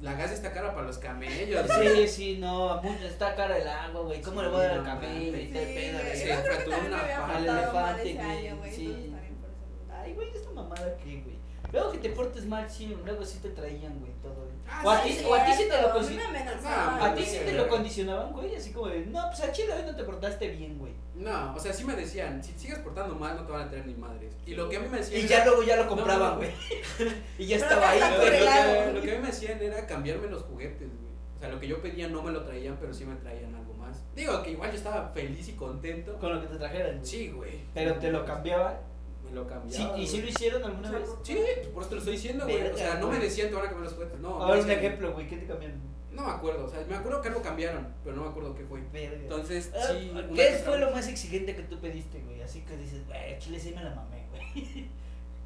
La gas está cara para los camellos. Sí, sí, no, mucho- está cara el agua, güey. ¿Cómo Sí, le voy a dar al no camello? mames. Y Sí, tal pedo, güey, güey. sí, yo creo que faltó también me una había pata. portado mal Elefante, ese güey, año, güey. sí. entonces también por eso. Ay, güey, esta mamada que, güey. Luego que te portes mal, sí, luego sí te traían, güey, todo. güey. Ah, o, a Sí, ti, es o a ti sí te cierto, lo a mí consi- me amenazaban, A ti sí güey. te lo condicionaban, güey, así como de, no, pues a Chile hoy no te portaste bien, güey. No, o sea, sí me decían, si sigues portando mal no te van a tener ni madres. Y lo que a mí me decían Y era- ya luego ya lo No, compraban, no. güey. y ya Pero estaba acá ahí, está Lo güey. que- Arreglado. Lo que a mí me hacían era cambiarme los juguetes, güey. O sea, lo que yo pedía no me lo traían, pero sí me traían algo más. Digo que igual yo estaba feliz y contento. Con lo que te trajeran, güey. Sí, güey. Pero te lo cambiaban. Me lo Sí, cambiaban. ¿Y si lo güey. hicieron alguna vez? Sí, por eso te lo estoy diciendo, güey. O sea, no me decían te van a cambiar los juguetes. No, A ver, me un decían- ejemplo, güey, ¿qué te cambiaron? No me acuerdo. O sea, me acuerdo que algo cambiaron, pero no me acuerdo qué fue. Verga. Entonces, Ah, sí. una ¿Qué que fue otra lo vez. más exigente que tú pediste, güey? Así que dices, güey, Chile sí me la mamé, güey.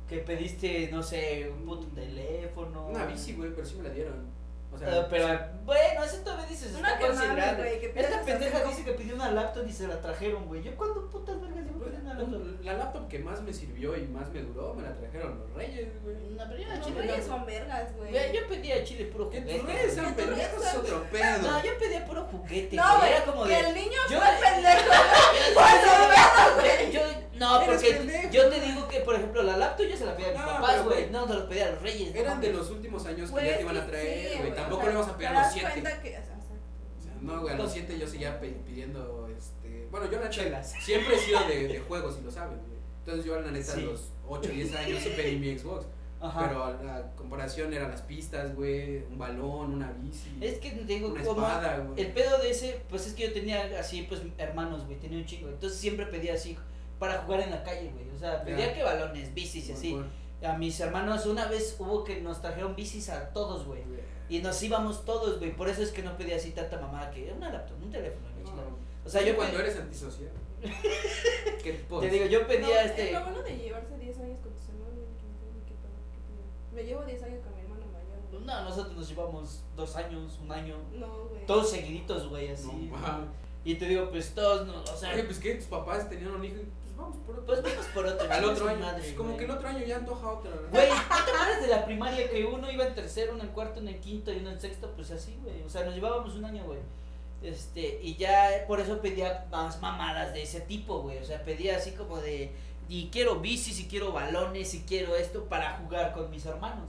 que pediste, no sé, un puto teléfono. Una bici, güey, pero sí me la dieron. O sea, Ah, pero, bueno, eso todavía dices, Una está que mames, considerable. güey, que Esta piensas pendeja hacer- dice que pidió una laptop y se la trajeron, güey. ¿Yo cuándo putas vergas yo pedí una laptop? pues, la laptop que más me sirvió y más me duró me la trajeron los reyes, güey. Una pero yo a Los Chile reyes no- son vergas, güey. Güey, Yo pedí a Chile puro Que juguete. tus reyes güey. sean Que tus reyes pendejos es sean- otro pedo. No, yo pedía puro juguete, No, güey. Era como güey, de. que el niño yo- fue pendejo. Yo- Yo, no, Eres porque pendejo. yo te digo que, por ejemplo, la laptop yo se la pedí a mis No, papás, pero, güey. güey, No, se la pedí a los reyes. no Eran de mames. los últimos años que Güey, ya pues es te iban a que traer, sí, güey. o Tampoco sea, le vamos a pegar te a los das siete. cuenta que- o sea, exacto. O sea, no, güey, a los siete yo seguía pe- pidiendo, este... Bueno, yo la neta Chelas. siempre he sido de, de juegos, y lo saben, güey. Entonces yo, la neta, Sí. a los 8, 10 años sí pedí mi Xbox. Ajá. Pero a la comparación eran las pistas, güey, un balón, una bici, Es que te digo, una como. espada, güey. El pedo de ese, pues es que yo tenía así, pues hermanos, güey. Tenía un chico. Entonces siempre pedía así para jugar en la calle, güey. O sea, pedía Ya. que balones, bicis y así. A mis hermanos una vez hubo que nos trajeron bicis a todos, güey. Y nos íbamos todos, güey. Por eso es que no pedía así tanta mamada que una laptop, un teléfono, la chingada. O sea, yo cuando pe- eres antisocial. ¿Qué tipo? te digo, yo pedía No, este. Lo bueno de llevarse 10 años con tus hermanos, que no sé ni qué pedo, qué pedo. Me llevo 10 años con mi hermano mayor. güey. Pues No, nosotros nos llevamos dos años, un año. No, güey. Todos seguiditos, güey, No, así. mames. y te digo, pues todos, no, o sea, Oye, pues que tus papás tenían un hijo y pues vamos por otro. pues vamos por otro. Al chingue otro su año. madre, pues, como güey. que el otro año ya antoja otra. ¿verdad? Güey, ¿no te acuerdas de la primaria que uno iba en tercero, uno en cuarto, uno en quinto y uno en sexto? Pues así, güey. O sea, nos llevábamos un año, güey. Este, y ya por eso pedía más mamadas de ese tipo, güey. O sea, pedía así como de, y quiero bicis, y quiero balones, y quiero esto para jugar con mis hermanos.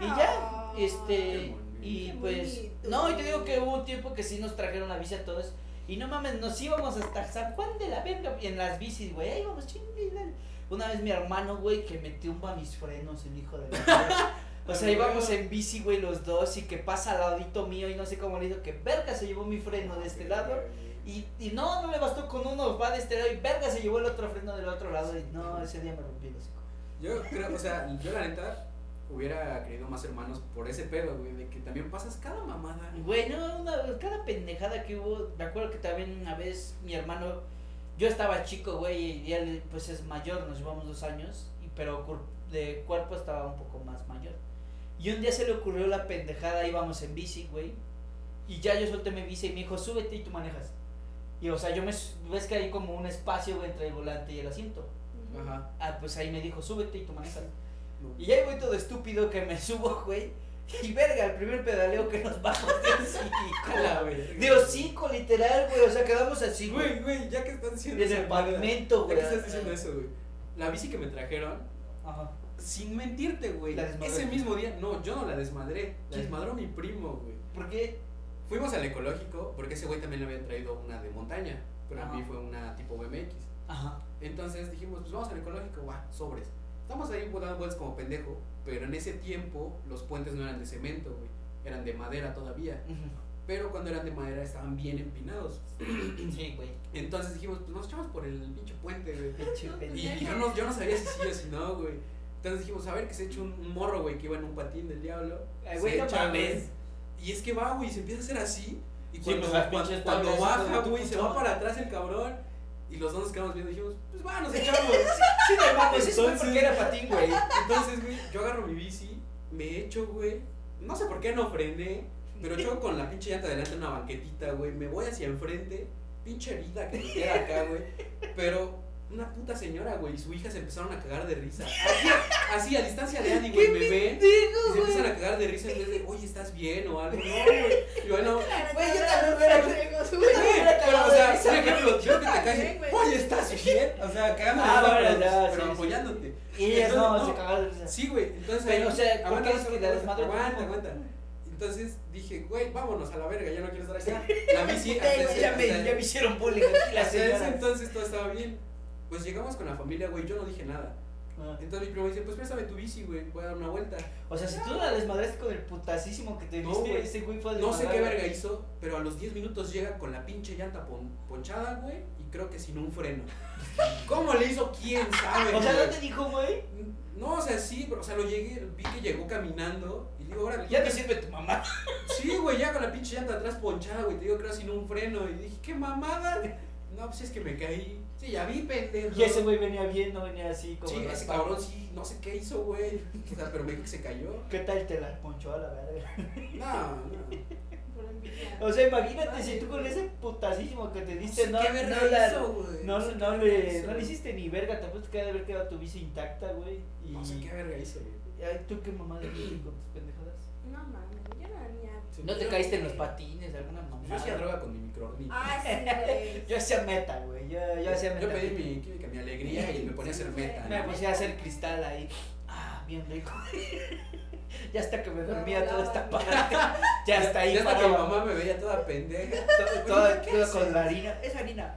Y ya, Ah, este, qué bonito. y Qué pues, bonito. no, y te digo que hubo un tiempo que sí nos trajeron la bici a todos. Y no mames, nos íbamos hasta San Juan de la Verga y en las bicis, güey. Ahí íbamos chingue y dale. Una vez mi hermano, güey, que me tumba mis frenos, el hijo de la verga. O sea, íbamos en bici, güey, los dos, y que pasa al ladito mío, y no sé cómo le hizo que verga se llevó mi freno de este lado. Y, y no, no le bastó con uno, va de este lado, y verga se llevó el otro freno del otro lado. Y no, ese día me rompí el hocico. Yo creo, o sea, yo la neta hubiera querido más hermanos por ese pedo, güey, de que también pasas cada mamada. Güey, no, una- cada pendejada que hubo, me acuerdo que también una vez mi hermano, yo estaba chico, güey, y él pues es mayor, nos llevamos dos años, y, pero cur- de cuerpo estaba un poco más mayor. Y un día se le ocurrió la pendejada, íbamos en bici, güey, y ya yo solté mi bici y me dijo, súbete y tú manejas. Y o sea, yo me, s- ves que hay como un espacio güey, entre el volante y el asiento. Ujú. Ajá. Ah, pues ahí me dijo, súbete y tú manejas. no. Y ahí voy todo estúpido que me subo, güey. Y verga, el primer pedaleo que nos bajamos de A la hocico. verga. De hocico, literal, güey. O sea, quedamos así, güey. Güey, güey, ya que estás diciendo En esa el mamada, pavimento, Ya güey. que estás diciendo eso, güey. La bici que me trajeron, Ajá. sin mentirte, güey. La desmadré. Ese mismo día, no, yo no la desmadré. La ¿Quién? desmadró mi primo, güey. ¿Por qué? Fuimos al ecológico porque ese güey también le habían traído una de montaña, pero Ajá. a mí fue una tipo BMX. Ajá. Entonces dijimos, pues vamos al ecológico, va, sobres. Estamos ahí dando vueltas como pendejo, pero en ese tiempo los puentes no eran de cemento, güey. Eran de madera todavía, Ujú. pero cuando eran de madera estaban bien empinados. Sí, güey. Entonces dijimos, pues nos echamos por el pinche puente, güey. Pinche Y pendejo. y yo no, yo no sabía si sí o si no, güey. Entonces dijimos, a ver, que se echa un, un morro, güey, que iba en un patín del diablo. Ay, Se güey, no echa, mames. Y es que va, güey, se empieza a hacer así. Y Sí, cuando, pues, las cuando- pinches cuando tablas, baja, todo, güey, se va todo. para atrás el cabrón. Y los dos nos quedamos viendo y dijimos, pues va, nos echamos. Ah, Sí, no mames. Eso Pues, fue Entonces- porque era patín, güey. Entonces, güey, yo agarro mi bici, me echo, güey. No sé por qué no frené, pero choco con la pinche llanta delante de una banquetita, güey. Me voy hacia enfrente, pinche herida que me queda acá, güey. Pero una puta señora, güey, y su hija se empezaron a cagar de risa. Así, así a distancia de Annie, güey, ¿Qué me ven. Y Digo, se empiezan güey. a cagar de risa en vez de, oye, ¿estás bien? o algo. No, güey. Yo no. Güey, yo también hubiera pegado su- Güey, Pero, o sea, por ejemplo, yo que te caes, Güey. oye, ¿estás bien? O sea, cagando Ah, de bueno, risa, pero, ya, pero sí, sí. apoyándote. Y ellas Entonces, no, no. se cagaron de risa. Sí, güey, entonces Pero, o sea, ¿por aguanta, qué es que aguanta, te desmadre tu aguanta, cuerpo? aguanta. Entonces dije, güey, vámonos a la verga, ya no quiero estar acá. La bici, hasta Ya, ese- ya me, hasta- ya me hicieron bullying aquí las hasta ese señoras. entonces todo estaba bien. Pues llegamos con la familia, güey, yo no dije nada. Ah. Entonces mi primo dice, pues préstame tu bici, güey, voy a dar una vuelta. O sea, si tú la desmadraste con el putasísimo que te No, diste, güey. ese güey fue a No sé qué desmadrarla. verga hizo, pero a los 10 minutos llega con la pinche llanta pon- ponchada, güey, y creo que sin un freno. ¿Cómo le hizo? ¿Quién sabe? O sea, güey? ¿no te dijo, güey? No, o sea, sí, pero, o sea, lo llegué, vi que llegó caminando y digo, ahora Ya me sirve tu mamá. Sí, güey, ya con la pinche llanta atrás ponchada, güey, te digo, creo sin un freno. Y dije, qué mamada. No, pues es que me caí. Sí, ya vi, pendejo. Y ese güey venía bien, no venía así como... Sí, ese raspado. cabrón sí, no sé qué hizo, güey. O sea, pero me dijo que se cayó. ¿Qué tal te la ponchó a la verga? No, no. Por envidia. O sea, imagínate si tú con ese putasísimo que te diste, Sí, no, qué no, verga la- hizo, güey. no, sé no qué verga le, hizo. no le hiciste ni verga, te apuesto que ha de haber quedado tu bici intacta, güey. Y No sé qué verga hizo, güey. Ay, tú qué mamada hiciste con tus pendejadas. No mames, yo no haría. ¿No te Yo- caíste en los patines, alguna Yo hacía mamada? droga con mi microornito. Ah, sí, güey. Yo hacía meta, güey. Yo, yo hacía meta. Yo pedí mi química, mi alegría y me ponía a hacer meta. Me ¿no? puse a hacer cristal ahí. Ah, bien rico. ya hasta que me dormía toda esta parte. Ya hasta ahí Ya hasta que mi paraba. mamá me veía toda pendeja. Todo- Todo, ¿Qué todo haces? con la harina. Es harina.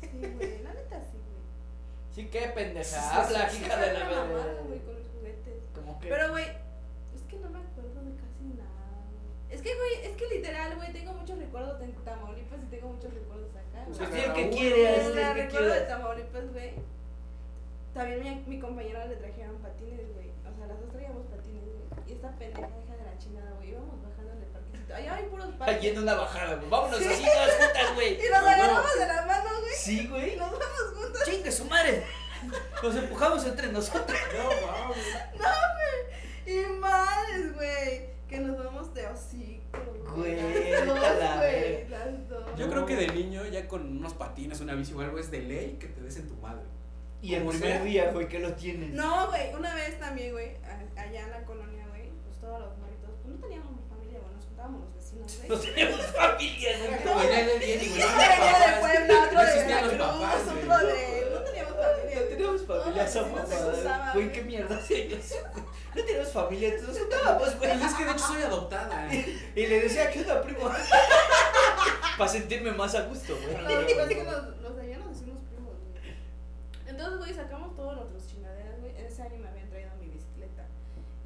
Sí, güey, la neta sí, güey. Sí, qué pendeja. Sí, sí, Habla, sí. hija de la Una mamada, verga. güey, con los juguetes. Como que. Pero, güey, es que no me acuerdo de casi nada. güey. Es que, güey, es que literal, güey, tengo muchos recuerdos de Tamaulipas y tengo muchos recuerdos acá. Pues güey. Pues di el que Cada quiere, uno. haz La el que recuerdo de quiera. Tamaulipas, güey. También mi, mi compañera le trajeron patines, güey. O sea, las dos traíamos patines, güey. Y esta pendeja hija de la chingada, güey. Íbamos bajando en el parquecito. Allá hay puros Allí parques. en una bajada, güey. Vámonos así todas juntas, güey. Y nos agarramos de la mano, güey. Sí, güey. Nos vamos juntos. Chingue su madre. Nos empujamos entre nosotros. No, wow. Y madres, güey. Que nos vamos de hocico, Güey, Las dos, a la güey. verga. Las dos. Yo creo que de niño, ya con unos patines, una bici o algo, es de ley que te des en tu madre. Y el Como primer sea. día, güey, que lo tienes. No, güey, una vez también, güey, a- allá en la colonia, güey, pues todos los morritos, pues no teníamos familia, güey, nos juntábamos los vecinos, güey. No tenemos familia, Era güey. como el aire bien y Sí, bueno, uno venía de papás, Puebla, otro no de existían los Veracruz, papás, güey. otro de... No teníamos familia. No güey. tenemos Todos familia, los esa vecinos se mamada. cruzaban, Güey, qué mierda se ellos. No tenemos familia, entonces nos juntábamos, güey. Pero es que de hecho soy adoptada. ¿eh? Y le decía que una primo. Para sentirme más a gusto, güey. No, güey, es que los, los de allá nos hicimos primos, güey. Entonces, güey, sacamos todos nuestros chingaderas, güey. Ese año me habían traído mi bicicleta.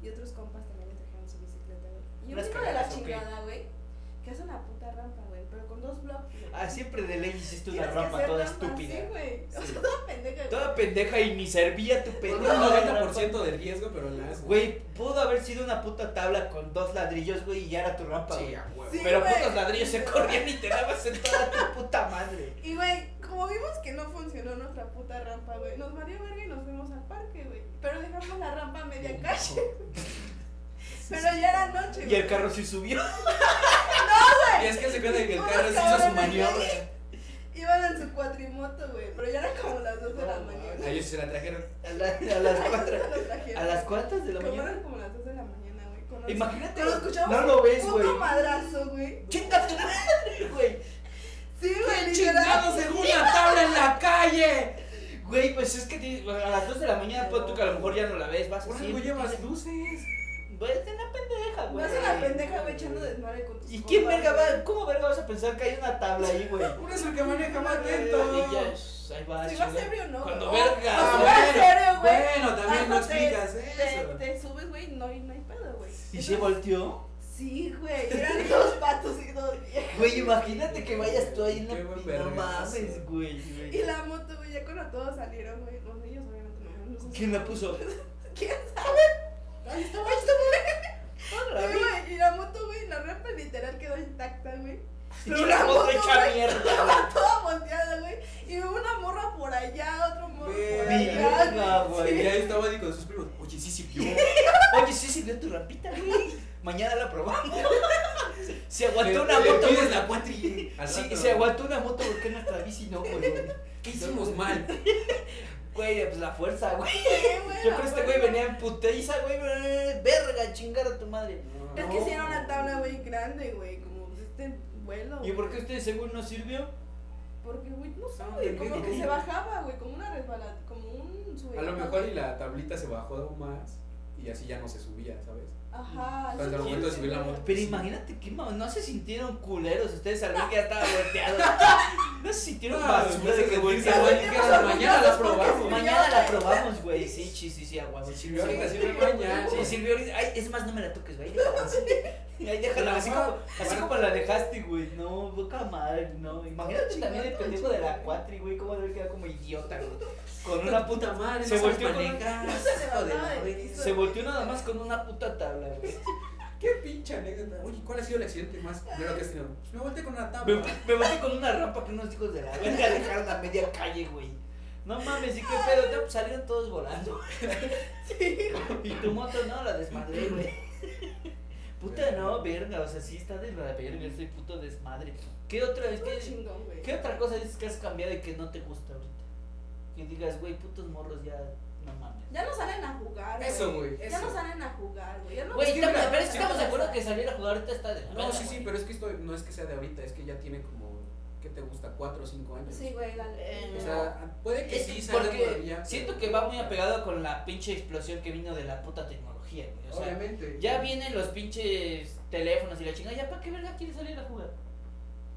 Y otros compas también me trajeron su bicicleta, güey. Y yo Unas vengo de la carreras, ¿o qué? chingada, güey. Que hace una puta rampa, güey, pero con dos blocks. güey. Ah, siempre de ley hiciste una Tienes que rampa hacer toda rampa estúpida. así, güey. O sea, Sí. toda pendeja. güey. Toda pendeja y ni servía tu Con un pendeja. 90% de riesgo, pero la haces. Güey, pudo haber sido una puta tabla con dos ladrillos, güey, y ya era tu rampa, Sí, güey. a huevo. Sí. Pero güey. putos ladrillos se corrían y te dabas en toda tu puta madre. Y, güey, como vimos que no funcionó nuestra puta rampa, güey, nos valió verga y nos fuimos al parque, güey. Pero dejamos la rampa a media calle. Pero ya era noche, güey. Y el carro sí subió. Y es que se cuenta que el Unos carro sí hizo su cabrones, maniobra. güey. Iban en su cuatrimoto, güey. Pero ya eran como las 2 de la mañana. A Ah, ellos se la trajeron. A, la- a las cuatro. Nos trajeron. ¿A las cuantas de la Como mañana? eran como las 2 de la mañana, güey. con los- Imagínate. Pero escuchamos No lo ves, Puto güey. madrazo, güey. Chinga tu madre, güey. Sí, güey, literal. ¡Chingados en una tabla en la calle! Güey, pues es que tienes- a las 2 de la mañana, pues tú que a lo mejor ya no la ves, vas Por así. algo llevas luces. Güey, es una pendeja, güey. Vas a la pendeja, güey, echando desmadre con tus ¿Y quién compas, verga güey. va? ¿Cómo verga vas a pensar que hay una tabla ahí, güey? Uno es el que maneja más Y ya, lento. shh, ahí va. Si chinga. vas ebrio o no. Cuando güey. verga, Si güey. vas ebrio, güey. Bueno, también no cuando te- explicas te, eso. te subes, güey, no, y no hay pedo, güey. ¿Y se volteó? Sí, güey, eran dos patos y dos viejas. Güey, imagínate que vayas tú ahí en la Qué buen No vergazo. mames, güey. güey. Y la moto, güey, ya cuando todos salieron, güey, los niños obviamente no, no sé si- ¿Quién la puso? ¿Quién Ahí está. Ay, está Otra muy- vez. Sí, güey, y la moto, güey, la rampa literal quedó intacta, güey. Y la moto hecha mierda, güey. Toda volteada, güey. Y una morra por allá, otro morro por Verga, allá. güey. Y ahí estaba Andy con sus primos. Oye, sí, sí, vio. Oye, sí sirvió tu rapita, güey. Mañana la probamos. Se aguantó Le- una le moto, pides güey. la cuatri. Al Sí, rato. se aguantó una moto, ¿por qué nuestra bici no, güey? ¿Qué hicimos mal? Güey, pues la fuerza, güey. güey, Yo creo la que este fuerza. güey venía en puteriza, güey. eh, Verga, chingar a tu madre. Es que si era una tabla muy grande, güey, como este vuelo. ¿Y güey. por qué usted según no sirvió? Porque, güey, no sé, Ah, güey, ok, como ok. que se bajaba, güey, como una resbalada, como un A subidón. lo mejor y la tablita se bajó aún más y así ya no se subía, ¿sabes? Ajá. Pero al momento de subir la moto. Pero imagínate que ma- no se sintieron culeros. Ustedes al ver que ya estaba volteado. No se sintieron No, basura no de se que sentiste voltearon. mal. mañana la probamos. Mañana la probamos, güey. Sí, sí, sí, sí, aguas. Sí, Sirvió ahorita, sí, sirve mañana. sí, sirvió ahorita. Ay, es más, no me la toques, güey. déjala así. Ay, déjala así como, así como la dejaste, güey. No, poca madre, no. Imagínate también el pendejo de la cuatri, güey. Cómo debe quedar como idiota, güey. Con una puta madre. Se volteó con una- Se volteó nada más con una puta tabla, güey. Qué pinche anécdota. Oye, ¿cuál ha sido el accidente más grave que has tenido? Pues me volteé con una Me, tabla. me boté con una rampa que unos hijos de la verga dejaron a media calle, güey. No mames, ¿y qué pedo? No, pues salieron todos volando. Y tu moto no, la desmadré, güey. Puta no, verga, o sea, sí está de la verga ese puto desmadre. ¿Qué otra vez? Qué ¿Qué, chingón, güey. qué otra cosa dices que has cambiado y que no te gusta ahorita? Que digas, güey, putos morros ya, no mames. Ya no salen a jugar, güey. Eso, güey. Ya no Eso. salen a jugar, güey. Ya no Güey, que estamos- mira, pero es que sí, estamos de pasa. acuerdo que salir a jugar ahorita está de la No, verga, sí, sí, güey. pero es que esto no es que sea de ahorita, es que ya tiene como, ¿qué te gusta? ¿Cuatro o cinco años? Sí, güey, la Eh, O sea, puede que Es sí que salga porque todavía. siento pero- que va muy apegado con la pinche explosión que vino de la puta tecnología, güey. O sea, Obviamente. ya vienen los pinches teléfonos y la chingada, ¿ya para qué verga quieres salir a jugar?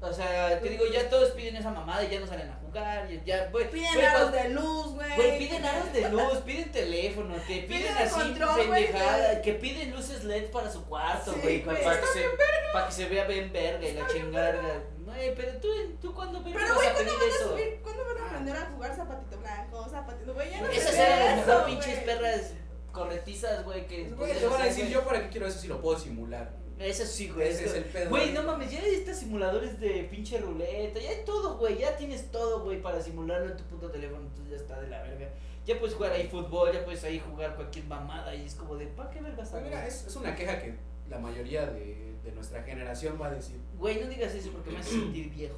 O sea, te digo, ya todos piden esa mamada y ya no salen a jugar, ya, ya güey, Piden güey, aros cuando- de luz, güey. güey, piden aros de luz, piden teléfono, te piden, Piden el así control, güey, pendejada, de- que piden luces LED para su cuarto, Sí, güey, güey, para, que se, para que se vea bien verga y la chingada. Güey, pero tú, tú cuando verga Pero, vas güey, a ¿cuándo pedir van a eso? subir? ¿Cuándo van a aprender a jugar zapatito blanco, zapatito, güey? Ya no Esas se ve eran las eso, mejor pinches güey. perras corretizas, güey, que... Güey, te van a decir, yo para qué quiero eso si lo puedo simular. Eso sí, güey. Ese es eso- el pedo. Güey, no mames, ya hay estos simuladores de pinche ruleta, ya hay todo, güey, ya tienes todo, güey, para simularlo en tu puto teléfono, entonces ya está de la verga. Ya puedes jugar ahí fútbol, ya puedes ahí jugar cualquier mamada y es como de, ¿pa' qué verga Pues mira, sabes? es, es una queja que la mayoría de, de nuestra generación va a decir. Güey, no digas eso porque me hace sentir viejo.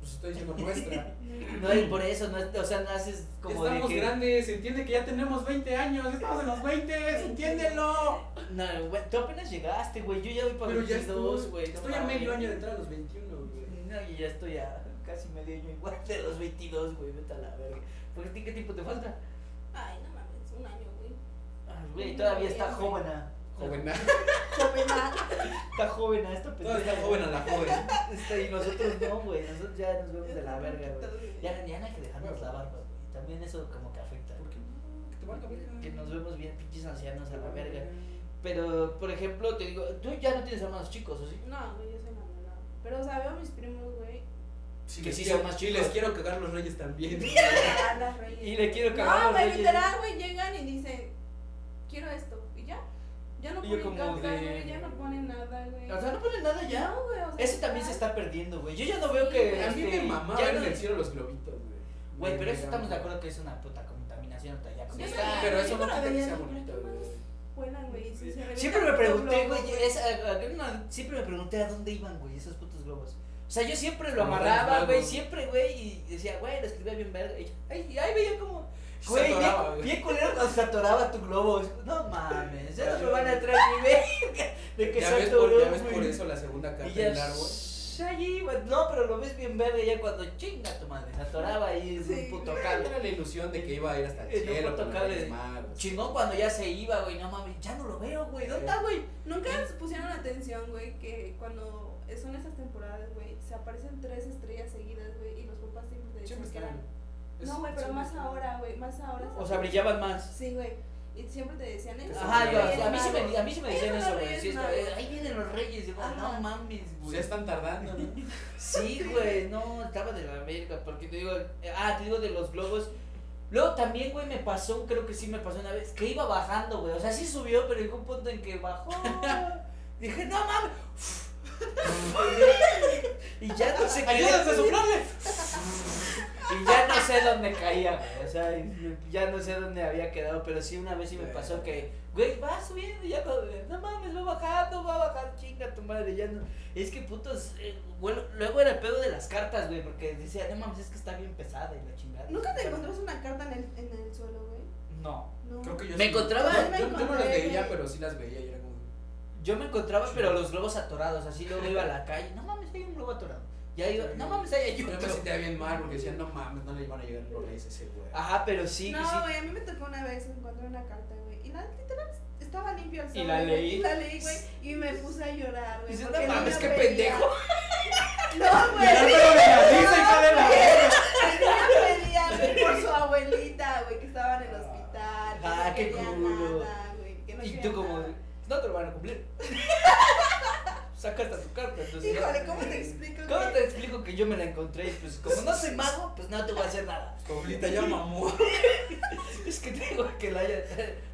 Pues estoy diciendo nuestra. No, y por eso, no, es- o sea, no haces como de estamos que... grandes, se entiende que ya tenemos 20 años, estamos en los Pues, 20, entiéndelo. No, güey, tú apenas llegaste, güey, yo ya voy para Pero ya estoy, 22, güey. no estoy a medio mames. año de entrar a los 21, güey. No, yo ya estoy a casi medio año igual de los 22, güey, vete a la verga. Porque a ti qué tiempo te falta? Ay, no mames, un año, güey. Ah, Güey, todavía está joven. ah. Joven, Jovenal. Está joven a esta pendeja. todavía está joven a la joven. Este, y nosotros no, güey. Nosotros ya nos vemos de la verga, güey. Ya, ya no hay que dejarnos la barba, güey. También eso como que afecta. ¿Por güey. qué no? Que te valga verga. Que nos vemos bien pinches ancianos a la verga. Pero, por ejemplo, te digo, tú ya no tienes hermanos chicos, ¿o sí? No, güey, yo soy mamona. Pero, o sea, veo a mis primos, güey. Sí, Que les sí quiero- son más sí chicos. les quiero cagar los reyes también. a las reyes. Y le quiero cagar No, los güey, reyes. literal, güey, llegan y dicen, quiero esto. Y ya. Ya no Y yo ponen como café, de- güey, ya no ponen nada, güey. O sea, no ponen nada ya. No, güey, o sea, Ese también se está perdiendo, güey. Yo ya no veo que. A mí me este, mamaba ya ver no- en el cielo los globitos, güey. Güey, pero eso Me estamos de mamaba. acuerdo que es una puta contaminación hasta allá. como Yo Sí, está. sabía, pero yo eso no la quita que veía, sea no, bonito, pero güey. Vuelan, güey, y se- se Siempre me revientan pregunté, los güey, globos, es- a- a- una- siempre me pregunté a dónde iban, güey, esos putos globos. O sea, yo siempre lo Como amarraba, los güey, globos. siempre, güey, y decía, güey, lo escribía bien verga. Y ay, y ahí veía como, Se güey, bien- atoraba, güey. bien culero cuando se atoraba tu globo. No mames, ya no me van a traer mi verga de que ya se ves, por, atoró, ya ves por güey. eso la segunda carta Y ya, del árbol. shh, allí, güey, no, pero lo ves bien verga ya cuando chinga tu madre, se atoraba ahí en Sí, un puto güey. cable. Era la ilusión de que iba a ir hasta Eh, el no cielo, puedo con los tocarle. Reyes Magos. Chingón cuando ya se iba, güey, no mames, ya no lo veo, güey, ¿dónde está, güey? Nunca se pusieron atención, güey, que cuando son esas temporadas, güey, se aparecen tres estrellas seguidas, güey, y los papás siempre te Siempre dicen que están. eran- pues, Es- No, güey, pero son- más ahora, güey, más ahora. O sea, brillaban más. Sí, güey. Y siempre te decían eso. Ajá, güey, yo, es a, mí sí malo. me, a mí sí me decían Ahí eso, son los güey. sí, reyes es como, magos. eh, ahí vienen los reyes. Yo, Ajá. no mames, Pues güey. ya están tardando, ¿no? Sí, güey, no, estaba de la verga. Porque te digo, eh, ah, te digo de los globos. Luego también, güey, me pasó, creo que sí me pasó una vez, que iba bajando, güey. O sea, sí subió, pero llegó un punto en que bajó. Dije, no mames. y ya no sé qué. ¡Ayúdense a soplarle! Y ya no sé dónde caía, güey. O sea, ya no sé dónde había quedado, pero sí una vez sí me pasó que, güey, va subiendo, ya no, no mames, va bajando, va bajando, chinga tu madre, ya no. Es que putos, eh, bueno, luego era el pedo de las cartas, güey, porque decía, no mames, es que está bien pesada y la chingada. ¿Nunca te encontraste una carta en el, en el suelo, güey? No. No. Creo que yo Me sí- encontraba- Yo- Me Yo, no las encontré, veía, güey. pero sí las veía y era como. Yo me encontraba, pero los globos atorados, así luego iba a la calle, no mames, hay un globo atorado. Ya iba, no mames, ahí hay Yo me otro. sentía bien mal porque decían, no mames, no le iban a llegar los reyes a ese güey. Ajá, pero sí, no, sí. güey, a mí me tocó una vez encontré una carta, güey. Y la literal estaba limpia el Y sobre, la güey, leí. Pues, Y la leí, güey. Y me puse a llorar, güey. Dices, porque "No el mames, niño qué pedía". pendejo". No, güey. Ya, pero me la dice, hija de la verga. El niño pedía, güey, por su abuelita, güey, que estaba en el hospital. Ah, que no qué quería culo. nada, güey. que no Y quería tú como, nada. no te lo van a cumplir. Sacaste tu carta, entonces. Híjole, ¿cómo te explico? ¿Cómo que- te explico que yo me la encontré? Y pues como no soy mago, pues no te voy a hacer nada. Paulita ya mamó. Es que tengo que la haya.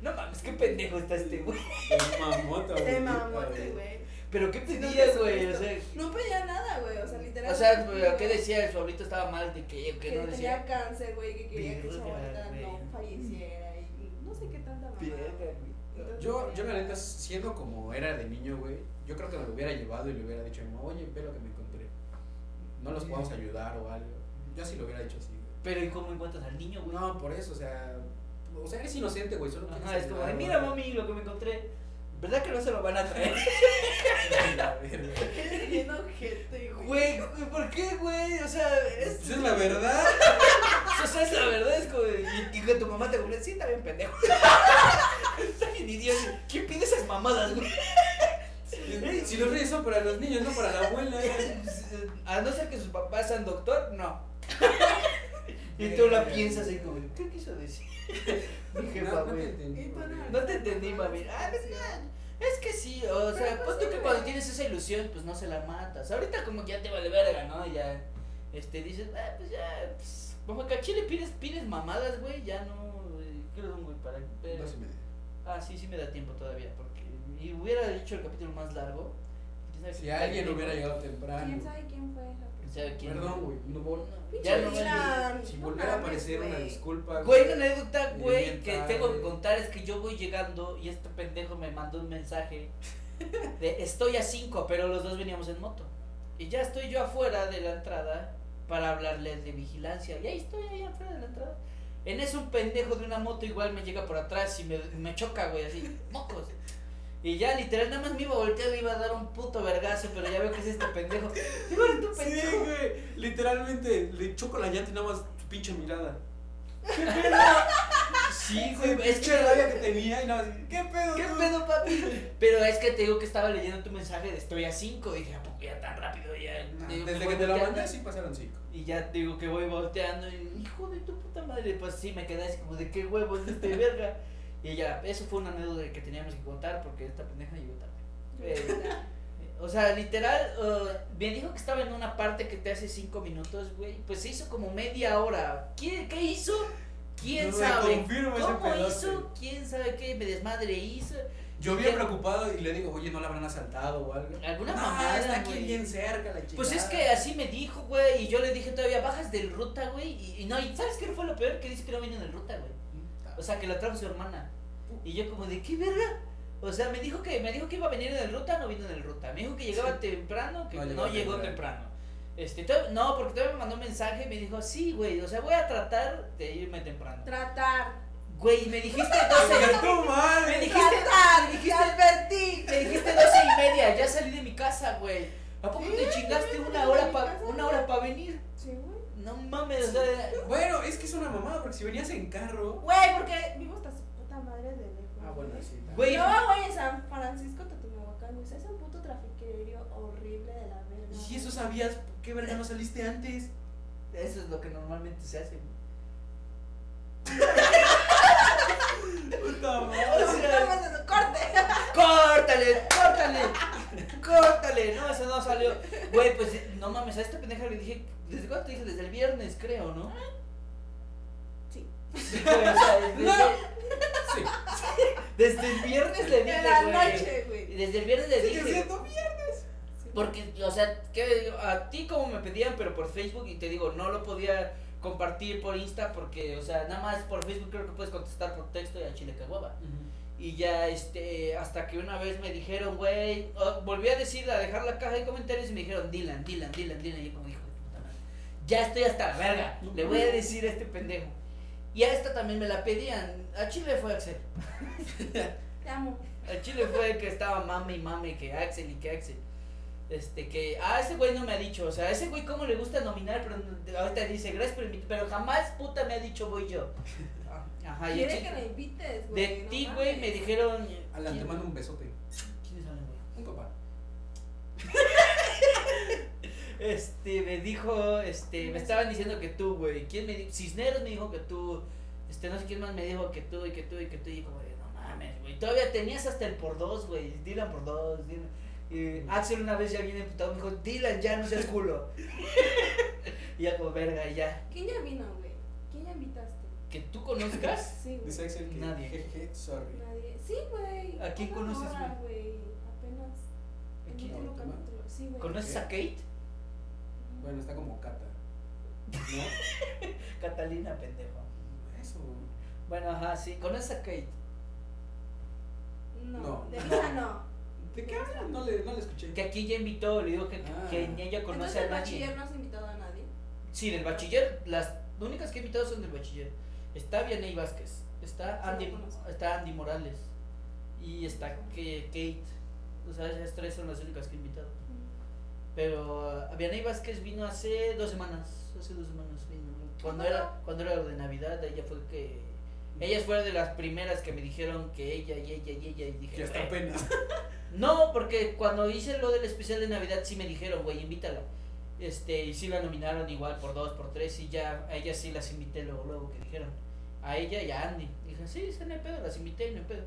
No mames, qué pendejo está este güey. este Te mamó, tu Te abuelita, mamote, güey. Pero qué Sí, no, pedías, no, güey. no. O sea, No pedía nada, güey. O sea, literal. o sea, pero ¿qué decía? Su abuelito estaba mal de que, o que Que no tenía decía. cáncer, güey, que quería que su Verga, abuelita no güey. falleciera. Y no sé qué tanta mamá. Verga, güey. Yo, yo la neta, siendo como era de niño, güey, yo creo que me lo hubiera llevado y le hubiera dicho, a mi mamá, oye, ve lo que me encontré. No los podemos ayudar o algo. Yo sí lo hubiera dicho así, güey. Pero ¿y cómo encuentras al niño, güey? No, por eso, o sea, o sea, eres inocente, güey, solo Ajá, quieres es como, de, ayudar, mira, güey". mami, lo que me encontré. ¿Verdad que no se lo van a traer? La verga. Eres bien ojete, güey. Güey, güey, ¿por qué, güey? O sea, es. Pues Esa es la verdad. O sea, es la verdad, es como. de- Y, y que tu mamá te culpe, sí, está bien pendejo. está bien idiota. ¿Quién pide esas mamadas, güey? Si- Si los reyes son para los niños, no para la abuela. A no ser que sus papás sean doctor, no. y tú Eh, la piensas así como, ¿qué quiso decir? Mi jefa, No, no te güey. entendí, Y tú güey. No te entendí, mami. Ah, pues nada. Es que sí, o sea, Pero, pues, ponte sí, que güey. cuando tienes esa ilusión, pues no se la matas. Ahorita como que ya te vale verga, ¿no? Ya, este, dices, ah, pues ya, pues, como que a Chile pides, pides mamadas, güey, ya no, eh, ¿qué le doy, güey, para pero- Dos y media. Ah, sí, sí me da tiempo todavía, porque y hubiera hecho el capítulo más largo. quién sabe Si qué alguien capítulo, hubiera llegado ¿Quién temprano. sabe quién fue quién esa persona? sabe quién- Perdón, güey, no vol- Ya Pinche no Dylan, Si no volviera a mames, aparecer una güey. disculpa. Güey, una anécdota, güey, Bien que tarde. tengo que contar es que yo voy llegando y este pendejo me mandó un mensaje de estoy a 5, pero los dos veníamos en moto. Y ya estoy yo afuera de la entrada para hablarles de vigilancia. Y ahí estoy, ahí afuera de la entrada. En eso un pendejo de una moto igual me llega por atrás y me, me choca, güey, así, mocos. Y ya literal nada más me iba a voltear, le iba a dar un puto vergazo, pero ya veo que es este pendejo. Digo, "Eres tú, Sí, pendejo. güey. Literalmente, le choco la llanta y nada más tu pinche mirada. Sí, Güey, güey, es pinche que rabia que tenía y nada más. ¿Qué pedo? ¿Qué tú? pedo, papi? Pero es que te digo que estaba leyendo tu mensaje de estoy a 5. Dije, ¿a poco ya tan rápido? Ya, Nah, Digo, Ah, Desde voy que te la volteando. mandé, sí pasaron cinco. Y ya te digo que voy volteando. Y hijo de tu puta madre. Pues sí, me quedé así como de qué huevo es este verga. Y ya, eso fue una anécdota que teníamos que contar porque esta pendeja llegó tarde. Eh, o sea, literal, uh, me dijo que estaba en una parte que te hace 5 minutos, güey. Pues se hizo como media hora. ¿Qué, qué hizo? ¿Quién No, sabe? confirmo ese ¿Cómo pedote. hizo? ¿Quién sabe qué me desmadre hizo? Yo bien preocupado y le digo, oye, no la habrán asaltado o algo. Alguna No, mamada, está aquí güey. bien cerca la chica. Pues es que así me dijo, güey, y yo le dije todavía, bajas del ruta, güey, y, y no, y ¿sabes qué fue lo peor? Que dice que no vino del ruta, güey. Mm, O sea, que la trajo su hermana. Y yo como, ¿de qué verga? O sea, me dijo que me dijo que iba a venir en el ruta, no vino en el ruta. Me dijo que llegaba temprano, que No no, llegó llegó temprano. temprano. Este, todavía- no, porque todavía me mandó un mensaje y me dijo, sí, güey, o sea, voy a tratar de irme temprano. Tratar. Güey, me dijiste Ah, Oiga, 12, tú me madre. dijiste, Tratar. me Te dijiste advertí. me dijiste doce y media, ya salí de mi casa, güey. ¿A poco te chingaste también una salí de hora mi para casa, una güey. hora para venir? Sí, güey. No mames, o sea, Bueno, es que es una mamada porque si venías en carro. Güey, porque vivo hasta su puta madre de lejos. Ah, bueno, sí. también. Güey. No, güey, en San Francisco, Totinahuacán, güey. Es un puto trafiquerio horrible de la verga. Y si eso sabías, ¿por qué verga no saliste antes? eso es lo que normalmente se hace. güey. Puta madre. O sea, Estamos en su corte. córtale, córtale, córtale. No, eso no salió. Güey, pues no mames, a esta pendeja le dije, ¿desde cuándo te dije? Desde el viernes, creo, ¿no? Sí. Sí, güey, o sea, desde, Sí. desde el viernes le dije, De la güey. noche, güey. Desde el viernes le Sigue dije. siendo mierda. Sí. Porque, o sea, ¿qué? a ti como me pedían, pero por Facebook, y te digo, no lo podía compartir por Insta porque, o sea, nada más por Facebook creo que puedes contestar por texto y al chile que hueva. Y ya, este, hasta que una vez me dijeron, güey, oh, volví a decir, a dejar la caja de comentarios y me dijeron, Dylan, Dylan, Dylan, Dylan. Y yo como hijo de puta madre, ya estoy hasta la verga, le voy a decir a este pendejo. Y a esta también me la pedían, a Chile fue Axel. Te amo. El chile fue el que estaba mame y mame, que Axel y que Axel. Este, que, ah, ese güey no me ha dicho, o sea, ese güey cómo le gusta nominar, pero no- ahorita dice, gracias por invitar, pero jamás puta me ha dicho voy yo. Ah, Ajá, y el Quiere que chile- la invites, güey. de no ti, mames. güey, me dijeron... Alan, te ¿quién- mando un besote. ¿Quién es Alan, güey? Un papá. Este, me dijo, este, me estaban diciendo que tú, güey, ¿quién me dijo? Cisneros me dijo que tú, este, no sé quién más me dijo que tú, y que tú, y que tú, y como, de, no mames, güey, todavía tenías hasta el por dos, güey, Dylan por dos, Dylan. Y Axel una vez ya viene emputado, me dijo, Dylan, ya no seas culo. y ya como, verga, y ya, ¿Quién ya vino, güey? ¿Quién ya invitaste? que tú conozcas, Sí, güey. Dice Axel que. Nadie. Jeje, sorry. Nadie. Sí, güey. ¿A quién una conoces, morra, güey? Apenas. ¿A El quién? último capítulo. Sí, güey. ¿conoces a Kate? Bueno, está como Cata. ¿No? Catalina, pendejo. Eso. Bueno, ajá, sí, ¿conoces a Kate? No, No. de verdad no. ¿De qué hablan? No le, no le escuché. Que aquí ya invitó, le digo que, Ah. que ni ella Entonces conoce el a nadie. bachiller no has invitado a nadie. Sí, del bachiller, las únicas que he invitado son del bachiller. Está Vianey Vázquez, está Sí, Andy, la conozco. está Andy Morales y está Ke- Kate. O sea, esas tres son las únicas que he invitado. Pero ah, Vianey Vázquez vino hace dos semanas, hace dos semanas vino. Cuando era, cuando era lo de Navidad, ella fue que... Ella fue de las primeras que me dijeron que ella y ella y ella y dije... Que hasta "Güey". apenas. No, porque cuando hice lo del especial de Navidad sí me dijeron, güey, invítala. Este, y sí la nominaron igual por dos, por tres, y ya a ella sí las invité luego, luego que dijeron. A ella y a Andy. Dije, sí, se me pedo, las invité y me pedo.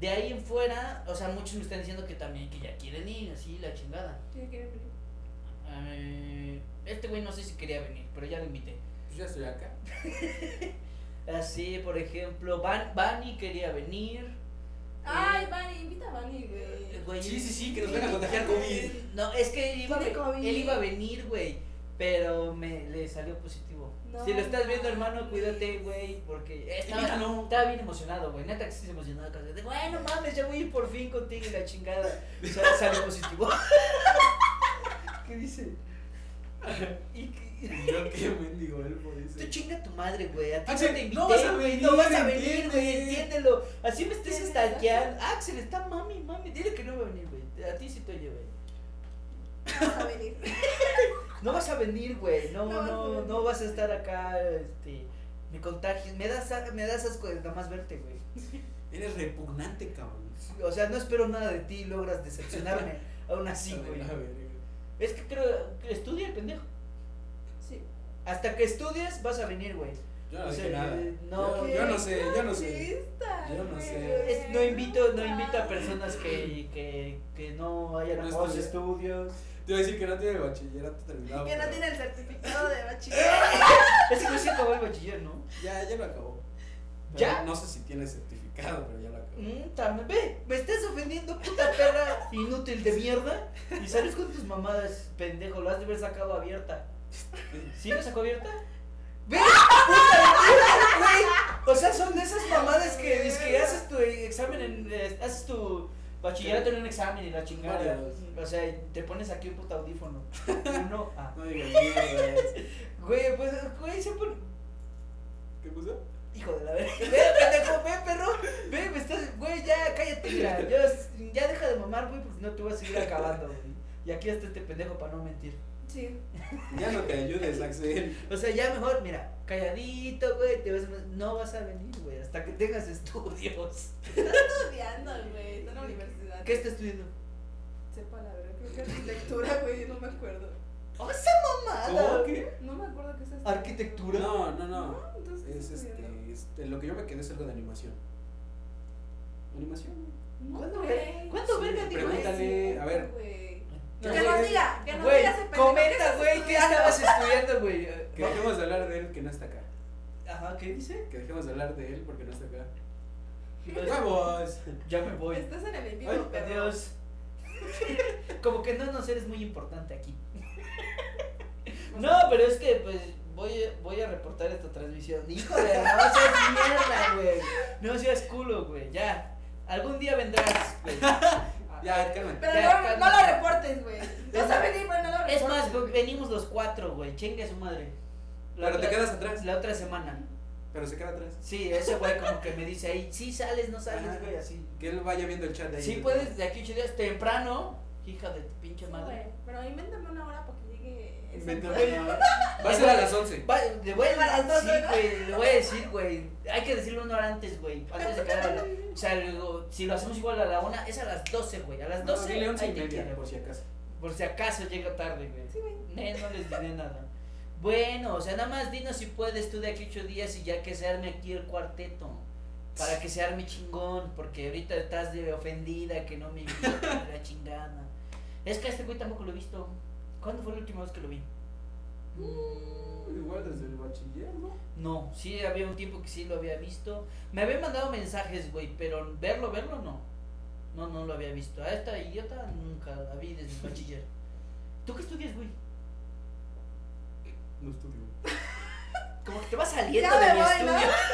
De ahí en fuera, o sea, muchos me están diciendo que también que ya quieren ir, así, la chingada. Tiene que venir. Eh, este güey no sé si quería venir, pero ya lo invité. Pues ya estoy acá. Así, por ejemplo, Van, Vani quería venir. Ay, Vani, invita a Vani, Eh, güey. güey, Sí, sí, sí, que nos van a contagiar COVID. No, es que iba a Tiene ve- COVID. él iba a venir, güey. Pero me le salió positivo. No si lo estás viendo, mames. hermano, cuídate, güey. Porque eh, estaba, Invítalo. estaba bien emocionado, güey. Neta que sí se emocionaba. casi De, güey, no mames, ya voy a ir por fin contigo y la chingada. O sea, salió positivo. ¿Qué dice? Y que- Yo qué mendigo elfo, Tú dice. chinga tu madre, güey. A ti no Axel, te invité, no vas a güey. venir, No vas a venir, güey. entiende. Entiéndelo. Así me estés Entiende, estalqueando. Axel, está mami, mami. Dile que no va a venir, güey. A ti sí te oye, güey. Vas a venir. No vas a venir, güey. No, No vas a no, venir. no vas a estar acá, este. Me contagias. Me das, a- me das asco de nada más verte, güey. Eres repugnante, cabrón. O sea, no espero nada de ti y logras decepcionarme. Aún así, A ver, güey. a ver, Es que creo que estudia, pendejo. Sí. Hasta que estudies vas a venir, güey. Yo no O dije sea, nada. eh, no. Yo- yo no sé, yo no sé. Chista, Yo no sé. güey. Es- no invito, no invito a personas que, que, que no hayan No acabado sus estudian. estudios. Te iba a decir que no tiene bachillerato terminado. Y que no pero tiene el certificado de bachiller. Ese no se acabó el bachiller, ¿no? Ya, ya lo acabó. Pero ¿Ya? No sé si tiene certificado, pero ya lo acabó. Mm, también, ve, me estás ofendiendo, puta perra inútil de mierda. Y sales con tus mamadas, pendejo, lo has de haber sacado abierta. ¿Sí lo sacó abierta? ¡Ve! ¡Puta locura, güey! O sea, son de esas mamadas que, dices que haces tu examen en. eh, haces tu bachillerato en un examen y la chingada. Varios. O sea, te pones aquí un puto audífono. Uno, ah. No digas mierda. Güey, pues, güey, se pone. ¿Qué puso? Hijo de la verga. Ve, pendejo, ve, perro. Ve, me estás. Güey, ya cállate, mira. Yo- ya deja de mamar, güey, porque no te voy a seguir acabando, güey. Y aquí está este pendejo para no mentir. Sí. Ya no te ayudes, Axel. O sea, ya mejor, mira, calladito, güey. Te vas a- No vas a venir, güey, hasta que tengas estudios. Está estudiando, güey. Está en la universidad. ¿Qué estás estudiando? Sepa la verdad, creo que arquitectura, güey. No me acuerdo. ¡Oh, esa mamada! ¿Cómo? ¿Qué? No me acuerdo qué es esto. ¿Arquitectura? No, no, no. No, entonces. ¿qué Es estoy este, estudiando? este, Lo que yo me quedé es algo de animación. ¿Animación? No, ¿Cuándo, güey. verga- ¿Cuándo verga dijo pregúntale, eso? a ver. Güey. No, Que güey. nos diga, que nos Güey, diga ese pendejo. comenta, ¿qué güey, ¿qué estabas estudiando, güey? Que dejemos de hablar de él que no está acá. Ajá, ¿qué dice? Que dejemos de hablar de él porque no está acá. ¡Vamos! Ya me voy. Estás en el Ay, enemigo, pero. adiós. Como que no nos eres muy importante aquí. No, pero es que, pues, voy, voy a reportar esta transmisión. Hijo de la no seas mierda, güey. No seas culo, güey. Ya. Algún día vendrás, güey. Ya, Carmen. Pero Ya, no, no calma. lo reportes, güey. Vas a venir, pero no lo reportes. Es más, güey, venimos los cuatro, güey. Chingue su madre. La Pero te otra- quedas atrás. La otra semana. Pero se queda atrás. Sí, ese güey como que me dice ahí, sí sales, no sales, Ajá. güey, así. Que él vaya viendo el chat de ahí. Sí puedes, de aquí ocho días temprano, hija de tu pinche Sí, madre. güey, Pero invéntame una hora para que llegue. esa Inventa- hora. Va a ser a las 11. Va- le voy Para a las doce, decir, sí, ¿no? güey, le voy a decir, güey. Hay que decirlo una hora antes, güey. Antes de que haga la- O sea, luego, si lo hacemos igual a la una, es a las 12, güey. A las 12, dile 11 ahí y te media, quiero. por si acaso. Por si acaso llega tarde, güey. Sí, güey. Ne, no les diré nada. Bueno, o sea, nada más dinos si puedes tú de aquí ocho días y ya que se arme aquí el cuarteto. Para que se arme chingón, porque ahorita estás de ofendida que no me invita la chingada. Es que a este güey tampoco lo he visto. ¿Cuándo fue la última vez que lo vi? Mm, Igual desde el bachiller, ¿no? No, sí había un tiempo que sí lo había visto. Me había mandado mensajes, güey, pero verlo, verlo no. No, no lo había visto. A esta idiota nunca la vi desde el bachiller. ¿Tú qué estudias, güey? No estudio. Ah, Como que te va saliendo Ya de me mi voy, ¿no? estudio.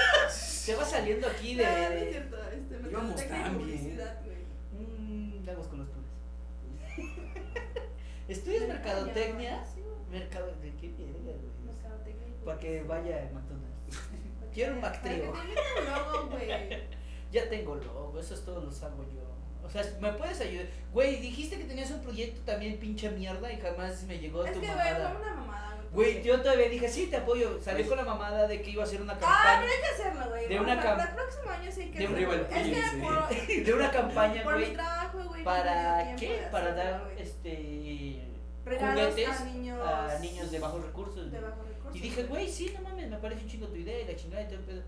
Te va saliendo aquí de. No, no es cierto, este, me Íbamos contacté tan en bien. publicidad, güey. Mm, aguas con los pobres. ¿Estudias mercadotecnia? Sí, güey, Mercado. ¿De qué verga, güey? mercadotecnia y Para que publicidad. vaya a McDonald's. Quiero un Para que McTrio. tenga un logo, güey. Ya tengo logo, eso todo lo hago yo. O sea, ¿me puedes ayudar? Güey, dijiste que tenías un proyecto también pinche mierda y jamás me llegó Es tu que, güey, fue mamada. una mamada, Güey, güey. yo todavía dije, sí, te apoyo. Salí Güey. con la mamada de que iba a hacer una Ah, campaña. pero hay que hacerlo, güey. De Vamos, una para cam- El próximo año sí hay que de un hacerlo. rival Es que pin, por, de una campaña, por mi güey. trabajo, güey. no ¿Para tengo tiempo qué? de Para hacerlo, dar, güey. este... regalos juguetes a niños, a niños de bajos recursos. de güey. bajos recursos. Y dije, güey, sí, no mames, me parece un chingo tu idea y la chingada y todo el pedo.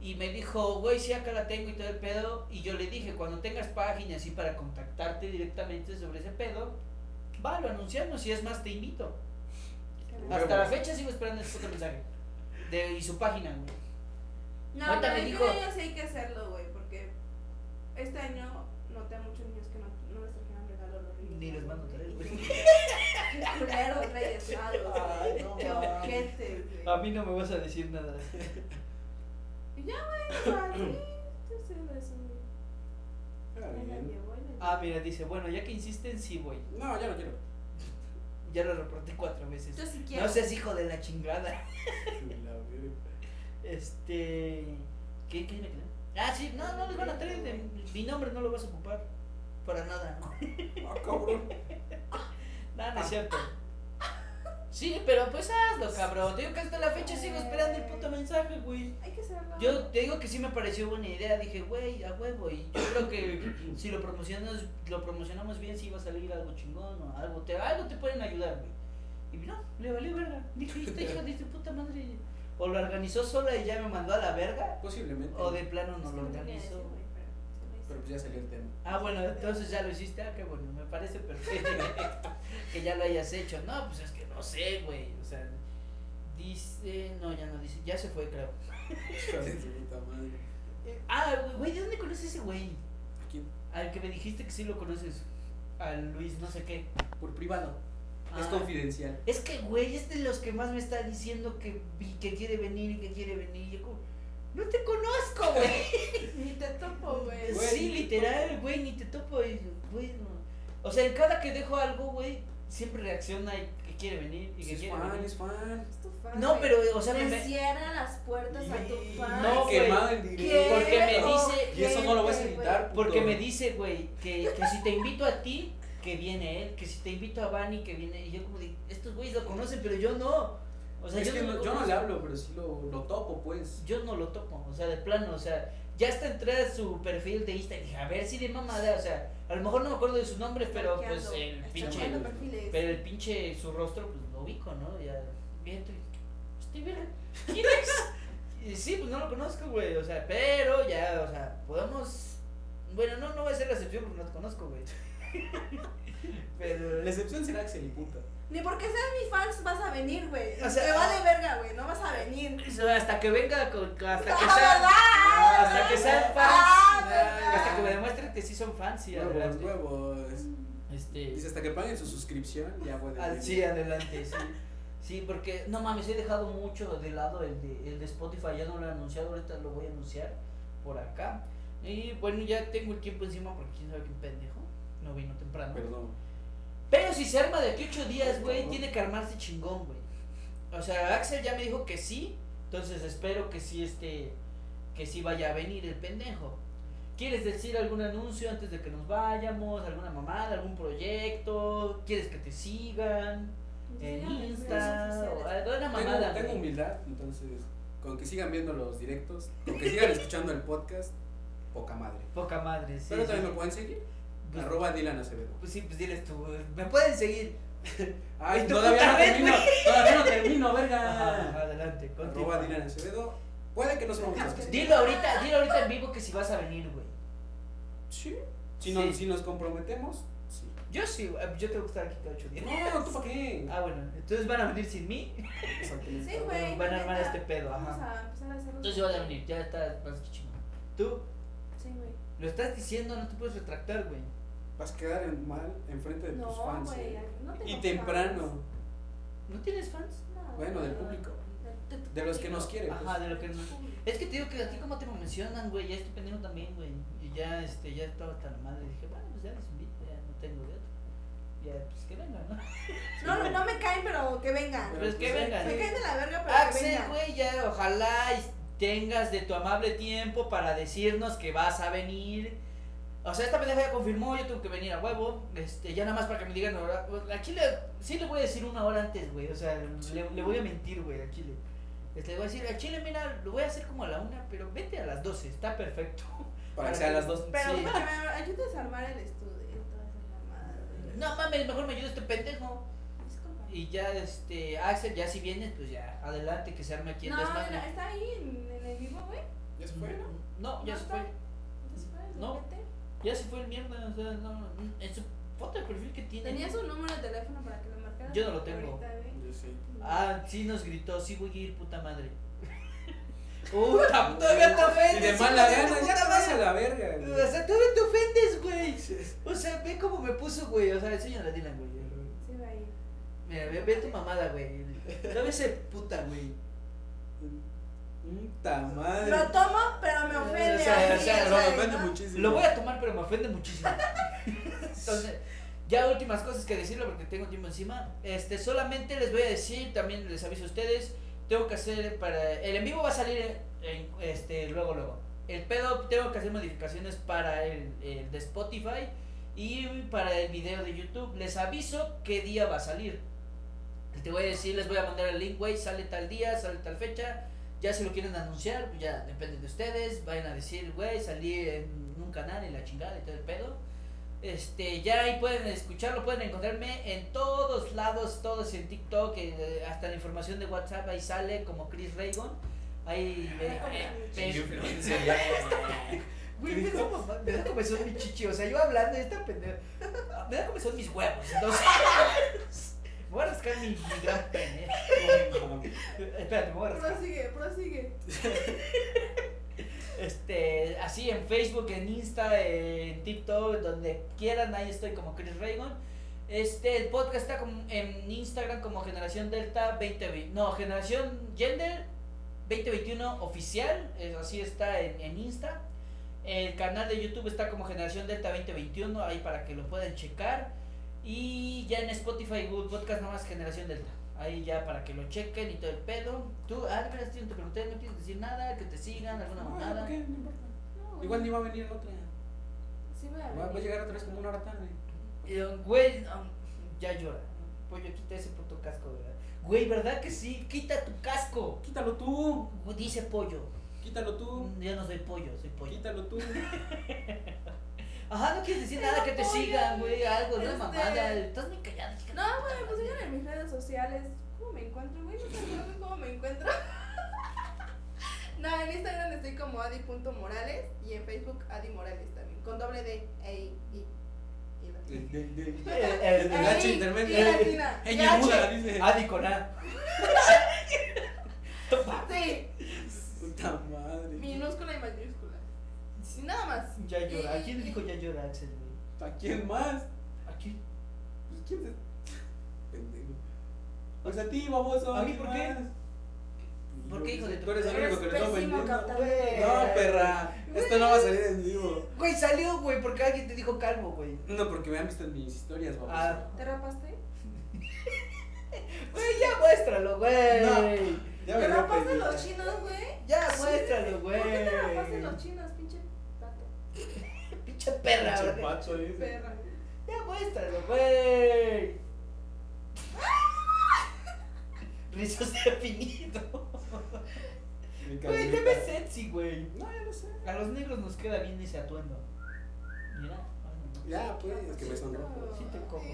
Y me dijo, güey, sí, acá la tengo y todo el pedo. Y yo le dije, cuando tengas páginas así para contactarte directamente sobre ese pedo, va, lo anunciamos y es más, te invito. Hasta la fecha sigo esperando ese puto mensaje. De, y su página, güey. No, Ahorita pero me este dijo- año sí hay que hacerlo, güey, porque este año noté a muchos niños que no, no les trajeron regalo a los reyes. Ni les mando tres, güey. Qué culeros reyes magos, Ay, güey. no Qué mames. ojetes, A güey. mí no me vas a decir nada. Y ya, güey, o sea, sí, yo sé de eso, güey. Era Ahí la bien. llevo, ahí la Ah, mira, dice, bueno, ya que insisten, sí voy. No, ya no quiero. Ya lo reporté cuatro llevo. veces. Yo sí quiero. No seas hijo de la chingada. La verga. Este. ¿Qué, qué me quedé? Ah, sí, no, no les van a traer. de- mi nombre no lo vas a ocupar. Para nada. Ah, cabrón. Nada, no es cierto. Sí, pero pues hazlo, cabrón. Te digo que hasta la fecha sigo esperando el puto mensaje, güey. Hay que hacerlo. Yo te digo que sí me pareció buena idea. Dije, güey, a huevo. Y yo creo que si lo promocionamos, lo promocionamos bien, sí va a salir algo chingón o algo. Te, algo te pueden ayudar, güey. Y no, le valió verga. Dije, esta hija de su puta madre. O lo organizó sola y ya me mandó a la verga. Posiblemente. O de plano no Es que lo no tenía organizó. eso, güey, pero se me hizo. Pero pues ya salió el tema. Ah, bueno, entonces ya lo hiciste. Ah, qué bueno, me parece perfecto que ya lo hayas hecho. No, pues es que no sé, güey. O sea, dice. No, ya no dice. Ya se fue, creo. Hijo de su puta madre. Eh, Ah, güey, ¿de dónde conoces ese güey? Aquí, Al que me dijiste que sí lo conoces. Al Luis, no sé qué. por privado. Es Ah. confidencial. Es que, güey, es de los que más me está diciendo que, vi- que quiere venir y que quiere venir. Y yo, como, no te conozco, güey. Ni te topo, güey. Güey, sí, ni te literal, güey, ni te topo, y, güey, no. O sea, en cada que dejo algo, güey, siempre reacciona y que quiere venir y Pues que es quiere fan, venir. es fan. Es tu fan, No, güey. pero, o sea, me, Le me- cierra las puertas a tu Y- fan. No, güey. quemado en directo. ¿Por qué me Quiero, dice- Y eso no lo vas a güey, güey. evitar. porque me dice, güey, que, que si te invito a ti, que viene él, que si te invito a Vani, que viene, y yo como de, estos güeyes lo conocen, pero yo no. O sea, es yo, que no, no- lo yo no le conozco. hablo, pero sí lo, lo topo, pues. yo no lo topo, o sea, de plano, o sea, ya hasta entré a su perfil de Instagram, dije, a ver si de mamada, o sea, a lo mejor no me acuerdo de su nombre, pero pues Stalkeando, el pinche... stalkeando perfiles. Pero el pinche, su rostro, pues lo ubico, ¿no? Ya, viento y. Este verga, ¿quién es? Y sí, pues no lo conozco, güey. O sea, pero ya, o sea, podemos. Bueno, no, no va a ser la excepción porque no te conozco, güey. pero. La excepción será Axel y puta. Ni porque seas mi fans vas a venir, güey. O sea, ah. Te vale verga, güey. No vas a venir. Hasta que venga, con, hasta que ¡Ah, sea. verdad! Hasta que sean ¡Ah, fans. verdad! Hasta que me demuestren que sí son fans y Huevos, adelante. huevos. Este. Dice, hasta que paguen su suscripción, ya pueden. ah, venir. sí, adelante, sí. Sí, porque no mames, he dejado mucho de lado el de, el de Spotify, ya no lo he anunciado, ahorita lo voy a anunciar por acá. Y bueno, ya tengo el tiempo encima porque quién sabe qué pendejo. No vino temprano. Perdón. Pero si se arma de aquí ocho días, güey, tiene que armarse chingón, güey. O sea, Axel ya me dijo que sí, entonces espero que sí este, que sí vaya a venir el pendejo. ¿Quieres decir algún anuncio antes de que nos vayamos? ¿Alguna mamada? ¿Algún proyecto? ¿Quieres que te sigan? ¿En Síganme redes Insta? sociales. o alguna Tengo, mamada? tengo güey. humildad, entonces, con que sigan viendo los directos, con que sigan escuchando el podcast, poca madre. Poca madre, sí. Pero sí. también me pueden seguir. Pues- Arroba Dylan Acevedo. Pues sí, pues diles tú, güey. me pueden seguir. Ay, tu todavía puta no vez, termino. Todavía no termino, Ajá, verga. adelante, continúa. Ah. Arroba Dylan Acevedo. Puede que nos vamos a Dilo ahorita, dilo ahorita en vivo que si vas a venir, güey. Sí. Si, nos- Sí. si nos comprometemos, sí. Yo sí, güey, yo tengo que estar aquí cada ocho días. No, ¿tú para qué? Ah, bueno, entonces van a venir sin mí. Exactamente. Sí, güey. Van a armar neta, este pedo, Vamos ajá. a empezar a hacer los- Entonces vas a venir, ya está más que chingón. Tú Sí, güey. lo estás diciendo, no te puedes retractar, güey. Vas a quedar en mal enfrente de tus No, fans. güey. ¿eh? No te Y temprano. ¿No tienes fans? Bueno, del público. De los que nos quieren. pues. Ajá, Ah, de lo que no. Es que te digo que a ti como te mencionan, güey, ya estoy pendiente también, güey. Y ya, este, ya estaba hasta la madre. Dije, bueno, pues ya les invito, ya no tengo de otro. Ya, pues que vengan, ¿no? No, no, no me caen, pero que vengan. Pues que pues, eh, vengan. Me caen de la verga, pero que Axel, vengan. güey, ya ojalá y tengas de tu amable tiempo para decirnos que vas a venir. O sea, esta pendeja ya confirmó, yo tengo que venir a huevo. Este, ya nada más para que me digan ahora. A Chile sí le voy a decir una hora antes, güey. O sea, le, le voy a mentir, güey, a Chile. Este, le voy a decir, a Chile, mira, lo voy a hacer como a la una, pero vete a las 12, está perfecto. Para que sean las dos. Pero Sí. que me ayudes a armar el estudio y todas esas mamadas, güey. No mames, mejor me ayuda este pendejo. Disculpa. Y ya, este, Axel, ya si vienes, pues ya, adelante, que se arme aquí en No, desmadre. mira, está ahí en, en el vivo, güey. ¿Ya se fue? no? No, ya ¿No se está? fue. ¿No se fue el No. ojete? Ya se fue el mierda, o sea, no, en su foto de perfil que tiene. Tenía su número de teléfono para que lo marcaras. Yo no lo tengo. Ahorita, güey. Yo sí. Ah, sí nos gritó, sí voy a ir, puta madre. Puta, todavía te ofendes. Y de sí, mala todavía te gana, ya puta te vas a madre. la verga. güey. O sea, todavía te ofendes, güey. O sea, ve cómo me puso, güey. O sea, enséñala, dila, güey. Sí, va ahí. Mira, ve, ve tu mamada, güey. Todavía se puta, güey. Puta madre. Lo tomo, pero me ofende. O sea, así, o sea, o lo sea, ofende ¿no? muchísimo. Lo voy a tomar, pero me ofende muchísimo. Entonces, ya últimas cosas que decirlo porque tengo tiempo encima. Este, solamente les voy a decir, también les aviso a ustedes, tengo que hacer para el en vivo va a salir en- en- este luego luego. El pedo tengo que hacer modificaciones para el, el de Spotify y para el video de YouTube. Les aviso qué día va a salir. Te voy a decir, les voy a mandar el link, güey, sale tal día, sale tal fecha. Ya si lo quieren anunciar, pues ya depende de ustedes. Vayan a decir, güey, salí en un canal y la chingada y todo el pedo. Este, ya ahí pueden escucharlo, pueden encontrarme en todos lados, todos en TikTok, eh, hasta la información de WhatsApp ahí sale como Chris Reagan. Ahí eh, eh, Yo eh, influencer, ya. Güey, me da como- me da comezón mi chichi, o sea, yo hablando de esta pendeja. Me da comezón mis huevos, entonces. Me voy a rascar mi, mi gran pene. Espérate, me voy a rascar. Prosigue, prosigue. Este, así en Facebook, en Insta, en TikTok, donde quieran, ahí estoy como Chris Reagan. Este, el podcast está como en Instagram como Generación Delta 2020, no, Generación Gender 2021 oficial, eh, así está en, en Insta. El canal de YouTube está como Generación Delta 2021, ahí para que lo puedan checar. Y ya en Spotify y Google Podcast nomás Generación Delta. Ahí ya para que lo chequen y todo el pedo. Tú, ah, gracias, tío, te pregunté, no quieres decir nada, que te sigan, alguna No, mamada. ¿por qué? No importa. No, güey. Igual ni va a venir el otro. Sí, voy a Va, va a venir. llegar otra vez como una hora tarde. Y, um, Güey, um, ya llora. Pollo, quita ese puto casco, ¿verdad? Güey, ¿verdad que sí? Quita tu casco. Quítalo tú. Dice pollo. Quítalo tú. Ya no soy pollo, soy pollo. Quítalo tú. Ajá, no quieres decir nada Pero que te pollo, sigan, güey, algo, una este- mamada. Estás muy callada, chica. No, güey, pues sigan en mis redes sociales. ¿Cómo me encuentro, güey? No sé güey, cómo me encuentro. no, en Instagram estoy como adi.morales y en Facebook Adi Morales también. Con doble D, E, I, I. y De- latina. de- de- Eh, eh, El H Ahí, intermedio. y latina. Ey, Y muda, H. dice. Adi con A. Sí, Puta madre. minúscula y mayúscula. Y nada más. Ya llora. Y- ¿A quién le dijo y- ya llora, Axel, güey? ¿A quién más? ¿A quién? Pues, ¿Quién te- Pendejo. Pues a ti, baboso. ¿A mí ¿qué por qué? más? ¿Por qué, hijo de tu- Tú eres el único Eres que lo está pésimo vendiendo. captando. Güey. No, perra. Esto no va a salir en vivo. Güey, salió, güey, porque alguien te dijo calvo, güey. No, porque me han visto en mis historias, baboso. Ah. ¿Te rapaste? Güey, ya muéstralo, güey. No. Ya ¿Te me dio rapaste penita. los chinos, güey? Ya muéstralo, güey. ¿Por qué te rapaste los chinos, pinche pato? Pinche perra, Pinche güey. pato, eh. Perra. Ya muéstralo, güey. Rizos de finito. Mi Güey, te carnita. ves sexy, güey. No, ya lo sé. A los negros nos queda bien ese atuendo. Mira. ah, no. Ya, pues, es que me sonrojo. Sí te cojo.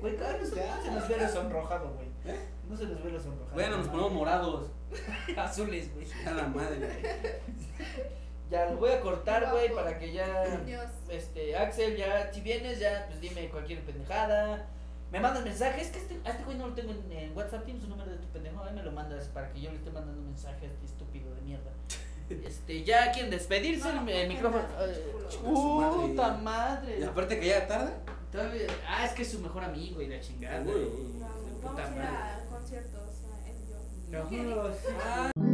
Güey, cabrón, no se Ya. no se nos ve lo sonrojado, güey. No se nos ve lo sonrojado. ¿Eh? Bueno, nos ponemos morados. azules, güey. A la madre. Ya lo voy a cortar, Guapo. güey, para que ya. Dios. Este, Axel, ya, si vienes, ya, pues dime cualquier pendejada. Me mandas mensajes, que este, a este güey no lo tengo en, en WhatsApp, tienes un número de tu pendejo, ahí me lo mandas para que yo le esté mandando mensajes, este estúpido de mierda. Este, ya quieren despedirse, No, el, no, el no, micrófono. no, no, Ay, no, no, Puta no. madre. Y aparte que ya tarda. Todavía- ah, es que es su mejor amigo y la chingada. Seguro. Vamos, Puta vamos a ir madre. a conciertos. a- en yo. Te juro, sí. Ah.